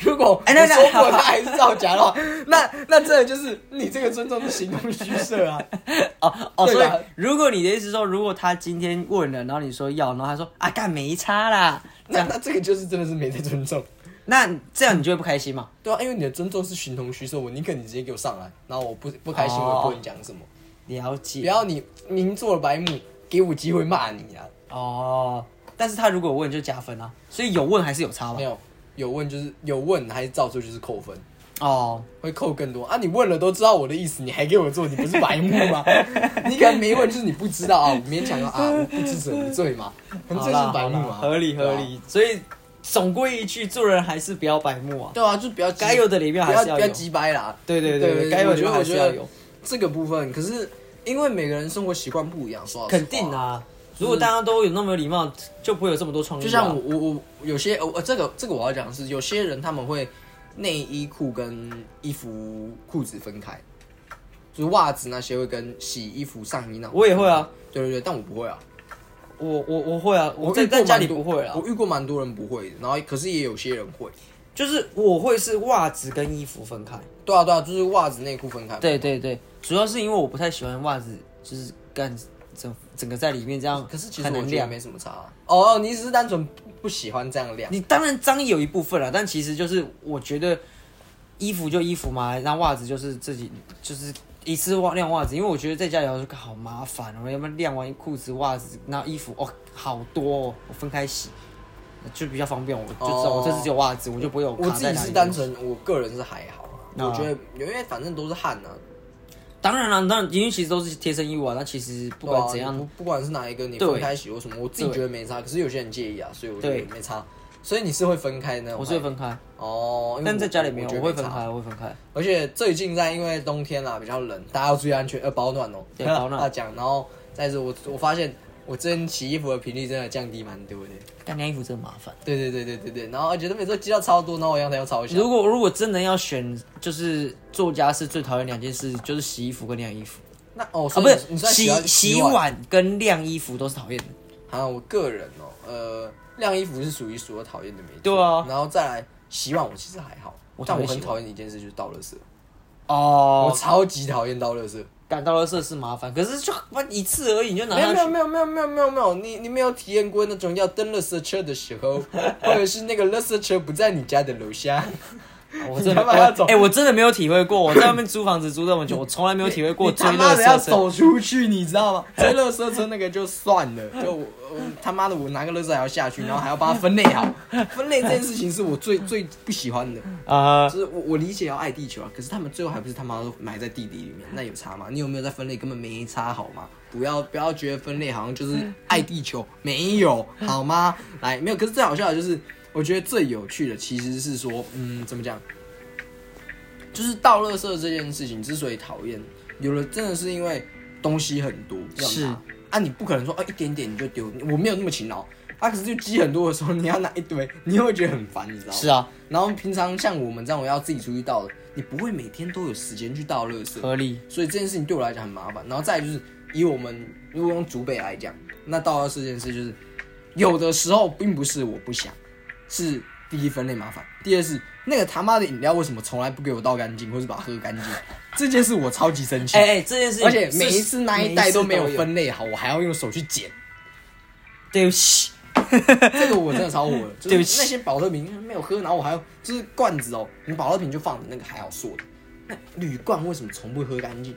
[SPEAKER 1] 如果
[SPEAKER 2] 哎
[SPEAKER 1] 哎，
[SPEAKER 2] 那
[SPEAKER 1] 那
[SPEAKER 2] 那
[SPEAKER 1] 说过他还是造假的 话， 那那真的就是你这个尊重是形同虚设啊。
[SPEAKER 2] 哦哦，
[SPEAKER 1] 对
[SPEAKER 2] 所以
[SPEAKER 1] 吧
[SPEAKER 2] 如果你的意思是说，如果他今天问了，然后你说要，然后他说啊干没差啦，这
[SPEAKER 1] 那
[SPEAKER 2] 样
[SPEAKER 1] 那这个就是真的是没在尊重。
[SPEAKER 2] 那这样你就会不开心嘛？
[SPEAKER 1] 对啊，因为你的尊重是形同虚设，我宁可你直接给我上来，然后我不不开心，我也不跟你讲什么。
[SPEAKER 2] 哦了
[SPEAKER 1] 不
[SPEAKER 2] 解
[SPEAKER 1] 要你明做了白目，给我机会骂你啊！
[SPEAKER 2] 哦。但是他如果问就加分啊，所以有问还是有差吧
[SPEAKER 1] 没？有，有问就是有问，还是照做就是扣分，
[SPEAKER 2] 哦，
[SPEAKER 1] 会扣更多啊！你问了都知道我的意思，你还给我做，你不是白目 吗？你可能没问，就是你不知道啊，我勉强说啊，我不知者无罪 嘛，可能
[SPEAKER 2] 好
[SPEAKER 1] 这
[SPEAKER 2] 啦
[SPEAKER 1] 是白目
[SPEAKER 2] 好啦
[SPEAKER 1] 嘛，
[SPEAKER 2] 合理
[SPEAKER 1] 对啊
[SPEAKER 2] 合。理。所以总归一句，做人还是不要白目啊。
[SPEAKER 1] 对啊，就不要
[SPEAKER 2] 该有的里面还是要
[SPEAKER 1] 不要
[SPEAKER 2] 有
[SPEAKER 1] 鸡掰啦。
[SPEAKER 2] 对对
[SPEAKER 1] 对
[SPEAKER 2] 对，该有
[SPEAKER 1] 我觉
[SPEAKER 2] 就
[SPEAKER 1] 得
[SPEAKER 2] 还
[SPEAKER 1] 我
[SPEAKER 2] 是
[SPEAKER 1] 觉
[SPEAKER 2] 要
[SPEAKER 1] 得哦
[SPEAKER 2] 有，
[SPEAKER 1] 这个部分，可是因为每个人生活习惯不一样，说老实话
[SPEAKER 2] 肯定。啊。如果大家都有那么有礼貌，就不会有这么多创意啊。
[SPEAKER 1] 哦就像我我我有些呃，这个这个我要讲的是，有些人他们会内衣裤跟衣服裤子分开，就是袜子那些会跟洗衣服上衣那种。
[SPEAKER 2] 我也会啊，
[SPEAKER 1] 对对对，但我不会啊，
[SPEAKER 2] 我我我会啊，我
[SPEAKER 1] 我
[SPEAKER 2] 在
[SPEAKER 1] 遇过
[SPEAKER 2] 在
[SPEAKER 1] 蛮
[SPEAKER 2] 家里
[SPEAKER 1] 多
[SPEAKER 2] 不会啊，
[SPEAKER 1] 我遇过蛮多人不会的，然后可是也有些人会。
[SPEAKER 2] 就是我会是袜子跟衣服分开。
[SPEAKER 1] 对啊对啊，就是袜子内裤分开。
[SPEAKER 2] 对对对，主要是因为我不太喜欢袜子，就是干整整个在里面这样，
[SPEAKER 1] 可是其实
[SPEAKER 2] 很
[SPEAKER 1] 我
[SPEAKER 2] 难
[SPEAKER 1] 觉得
[SPEAKER 2] 晾。
[SPEAKER 1] 没什么差啊、哦，你只是单纯不不喜欢这样晾。
[SPEAKER 2] 你当然脏有一部分了，但其实就是我觉得衣服就衣服嘛，然后袜子就是自己就是一次袜晾袜子，因为我觉得在家里我说好麻烦哦，我要不然晾完裤子袜子，然后衣服哦好多哦，我分开洗就比较方便，我就知道
[SPEAKER 1] 哦
[SPEAKER 2] 我这次只有袜子，我就不会有
[SPEAKER 1] 我
[SPEAKER 2] 卡
[SPEAKER 1] 自
[SPEAKER 2] 在
[SPEAKER 1] 己
[SPEAKER 2] 哪
[SPEAKER 1] 是
[SPEAKER 2] 里。
[SPEAKER 1] 单纯，我个人是还好啊、
[SPEAKER 2] 啊
[SPEAKER 1] 我觉得因为反正都是汗啊，
[SPEAKER 2] 当然了，那因为其实都是贴身衣物啊，那其实不管
[SPEAKER 1] 对啊
[SPEAKER 2] 怎样
[SPEAKER 1] 你不，不管是哪一个，你
[SPEAKER 2] 对
[SPEAKER 1] 分开洗或什么，我自己觉得没差，可是有些人介意啊，所以我觉
[SPEAKER 2] 对
[SPEAKER 1] 得没差。所以你是会分开呢？
[SPEAKER 2] 我是会分开，
[SPEAKER 1] 哦，因为
[SPEAKER 2] 但在家里没有，
[SPEAKER 1] 我觉
[SPEAKER 2] 我
[SPEAKER 1] 得
[SPEAKER 2] 会分
[SPEAKER 1] 差
[SPEAKER 2] 开，我会分开。
[SPEAKER 1] 而且最近在因为冬天啦比较冷，大家要注意安全，呃，保暖哦、
[SPEAKER 2] 对 保暖
[SPEAKER 1] 要讲，然后再是我我发现我之前洗衣服的频率真的降低蛮多的。
[SPEAKER 2] 但晾衣服真的麻烦。
[SPEAKER 1] 对对对对对对，然后而且都每次都积到超多，然后我阳台又超小。
[SPEAKER 2] 如果如果真的要选，就是做家事最讨厌两件事就是洗衣服跟晾衣服
[SPEAKER 1] 那哦，
[SPEAKER 2] 啊，
[SPEAKER 1] 所以
[SPEAKER 2] 不是
[SPEAKER 1] 你你在
[SPEAKER 2] 洗
[SPEAKER 1] 洗
[SPEAKER 2] 洗
[SPEAKER 1] 碗
[SPEAKER 2] 碗跟晾衣服都是讨厌的。
[SPEAKER 1] 啊，我个人哦，呃，晾衣服是数一数二讨厌的没错。
[SPEAKER 2] 对啊
[SPEAKER 1] 然后再来洗碗，我其实还好，
[SPEAKER 2] 我讨
[SPEAKER 1] 但
[SPEAKER 2] 厌
[SPEAKER 1] 我很
[SPEAKER 2] 洗碗
[SPEAKER 1] 讨厌的一件事就是倒垃圾，我
[SPEAKER 2] 哦，
[SPEAKER 1] 超级讨厌倒垃圾。
[SPEAKER 2] 感到了色是麻烦，可是就一次而已，你就拿
[SPEAKER 1] 没有
[SPEAKER 2] 上
[SPEAKER 1] 没有
[SPEAKER 2] 去。
[SPEAKER 1] 没有没有没有没有没有，你你没有体验过那种要登垃圾车的时候，或者是那个垃圾车不在你家的楼下，
[SPEAKER 2] 我真
[SPEAKER 1] 你
[SPEAKER 2] 的
[SPEAKER 1] 他妈要
[SPEAKER 2] 我
[SPEAKER 1] 走
[SPEAKER 2] 哎，我真的没有体会过，我在外面租房子租这么久，我从来没有体会过
[SPEAKER 1] 你
[SPEAKER 2] 追
[SPEAKER 1] 他妈
[SPEAKER 2] 热
[SPEAKER 1] 的要
[SPEAKER 2] 色车。
[SPEAKER 1] 走出去，你知道吗？追垃圾车那个就算了，就我我他妈的我拿个垃圾还要下去，然后还要把它分类好，分类这件事情是我最最不喜欢的。
[SPEAKER 2] 啊
[SPEAKER 1] 就是我我理解要爱地球啊，可是他们最后还不是他妈都埋在地底里面，那有差吗？你有没有在分类？根本没差好吗？不要不要觉得分类好像就是爱地球，没有好吗？来，没有。可是最好笑的就是，我觉得最有趣的其实是说，嗯，怎么讲？就是倒垃圾这件事情之所以讨厌，有了真的是因为东西很多要拿
[SPEAKER 2] 是
[SPEAKER 1] 啊，你不可能说哦一点点你就丢，我没有那么勤劳。啊，可是就积很多的时候，你要拿一堆，你会觉得很烦，你知道吗？
[SPEAKER 2] 是啊，
[SPEAKER 1] 然后平常像我们这样，我要自己出去倒的，你不会每天都有时间去倒垃圾，
[SPEAKER 2] 合理。
[SPEAKER 1] 所以这件事情对我来讲很麻烦。然后再来就是，以我们如果用竹北来讲，那倒垃圾这件事就是，有的时候并不是我不想，是第一分类麻烦，第二是那个他妈的饮料为什么从来不给我倒干净，或是把它喝干净，这件事我超级生气。
[SPEAKER 2] 哎 哎，这件事情
[SPEAKER 1] 而且
[SPEAKER 2] 是
[SPEAKER 1] 每一次那一袋都没有
[SPEAKER 2] 每一次都
[SPEAKER 1] 分类好，我还要用手去捡，
[SPEAKER 2] 对不起。
[SPEAKER 1] 这个我真的超火 了。就是
[SPEAKER 2] 对不起
[SPEAKER 1] 那些保乐瓶没有喝，然后我还要就是罐子哦，你保乐瓶就放那个还好说的，那铝罐为什么从不喝干净？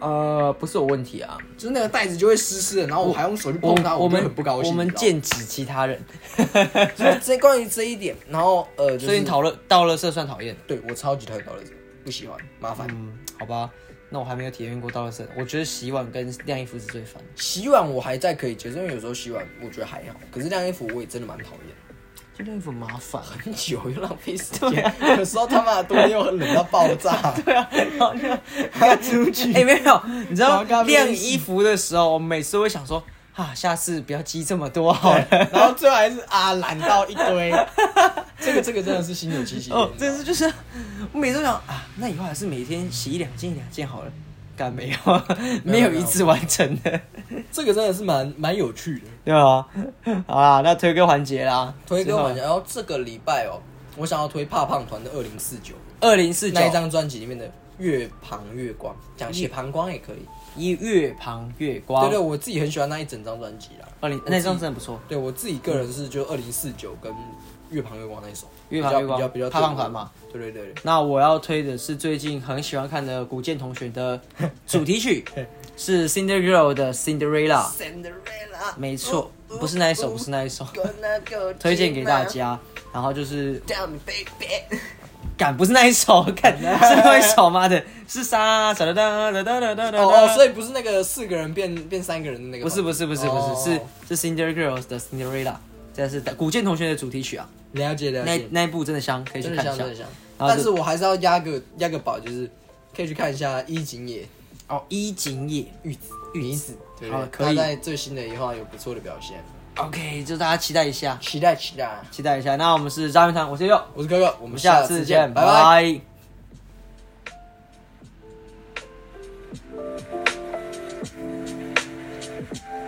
[SPEAKER 2] 呃，不是我问题啊，
[SPEAKER 1] 就是那个袋子就会湿湿的，然后我还用手去碰它，
[SPEAKER 2] 我
[SPEAKER 1] 就
[SPEAKER 2] 们
[SPEAKER 1] 很不高兴。
[SPEAKER 2] 我们
[SPEAKER 1] 你知道吗，
[SPEAKER 2] 剑指其他人，
[SPEAKER 1] 就是这关于这一点，然后呃，就是、
[SPEAKER 2] 所以你讨论到了色算讨厌。
[SPEAKER 1] 对我超级讨厌保乐瓶，不喜欢，麻烦。
[SPEAKER 2] 嗯，好吧，那我还没有体验过倒垃圾，我觉得洗碗跟晾衣服是最烦的，
[SPEAKER 1] 洗碗我还在可以接受，因为有时候洗碗我觉得还好，可是晾衣服我也真的蛮讨厌。
[SPEAKER 2] 就晾衣服麻 烦。啊
[SPEAKER 1] 很久又浪费时间，有时候他妈的冬天又冷到爆炸，
[SPEAKER 2] 对啊，然后就
[SPEAKER 1] 还要出去
[SPEAKER 2] 哎、没有，你知道
[SPEAKER 1] 然后跟他们
[SPEAKER 2] 晾衣服的时候，我每次会想说，啊，下次不要积这么多好了。
[SPEAKER 1] 然后最后还是啊懒到一堆，这个这个真的是心有戚戚焉
[SPEAKER 2] 哦，真是就是，我每次都想啊，那以后还是每天洗一两件一两件好了。干没有，啊没有一次完成的，
[SPEAKER 1] 这个真的是蛮蛮有趣的。
[SPEAKER 2] 对吧？好啦，那推歌环节啦，
[SPEAKER 1] 推歌环节，然后这个礼拜哦，我想要推怕胖团的二零四九
[SPEAKER 2] 二零四九
[SPEAKER 1] 那一张专辑里面的《月旁月光》，讲写膀胱也可以。
[SPEAKER 2] 一月旁月光，
[SPEAKER 1] 对对，我自己很喜欢那一整张专辑啦。
[SPEAKER 2] 二零
[SPEAKER 1] 我自己
[SPEAKER 2] 那张真的不错，
[SPEAKER 1] 对我自己个人是就二零四九跟《月旁月光》那一首，
[SPEAKER 2] 月旁
[SPEAKER 1] 比较
[SPEAKER 2] 月光
[SPEAKER 1] 比较比较
[SPEAKER 2] 怕胖团嘛。
[SPEAKER 1] 对对对对，
[SPEAKER 2] 那我要推的是最近很喜欢看的古剑同学 的主题曲，是 Cinderella 的 Cinderella，
[SPEAKER 1] Cinderella，
[SPEAKER 2] 没错，不是那一首，不是那一首，推荐给大。家。然后就是，
[SPEAKER 1] Tell me, baby
[SPEAKER 2] 敢不是那一首， 敢是那一首妈的，是啥？哒哒哒哒哒哒哒哒。
[SPEAKER 1] 哦哦，所
[SPEAKER 2] 以
[SPEAKER 1] 以不是那个四个人变变三个人的那个
[SPEAKER 2] 不
[SPEAKER 1] 吗，
[SPEAKER 2] 是不是不是
[SPEAKER 1] 哦
[SPEAKER 2] 不是是是 Cinderella 的 Cinderella，这是古剑同学的主题曲啊，
[SPEAKER 1] 了解了
[SPEAKER 2] 那
[SPEAKER 1] 解，
[SPEAKER 2] 那一部真的香，可以去
[SPEAKER 1] 真的
[SPEAKER 2] 看
[SPEAKER 1] 香
[SPEAKER 2] 一下
[SPEAKER 1] 真的。香。
[SPEAKER 2] 然后
[SPEAKER 1] 但
[SPEAKER 2] 就是
[SPEAKER 1] 我还是要压个压个宝，就是可以去看一下一景野
[SPEAKER 2] 哦，一景野
[SPEAKER 1] 玉子玉子，对
[SPEAKER 2] 好
[SPEAKER 1] 对，
[SPEAKER 2] 可以
[SPEAKER 1] 他在最新的一话有不错的表现，
[SPEAKER 2] ，OK，就大家期待一下，
[SPEAKER 1] 期待期待。
[SPEAKER 2] 期待一下。那我们是张云堂，我是佑，
[SPEAKER 1] 我是哥哥，我
[SPEAKER 2] 我
[SPEAKER 1] 们
[SPEAKER 2] 们下
[SPEAKER 1] 下
[SPEAKER 2] 次
[SPEAKER 1] 次
[SPEAKER 2] 见，
[SPEAKER 1] 见，
[SPEAKER 2] 拜
[SPEAKER 1] 拜拜
[SPEAKER 2] 拜。
[SPEAKER 3] Thank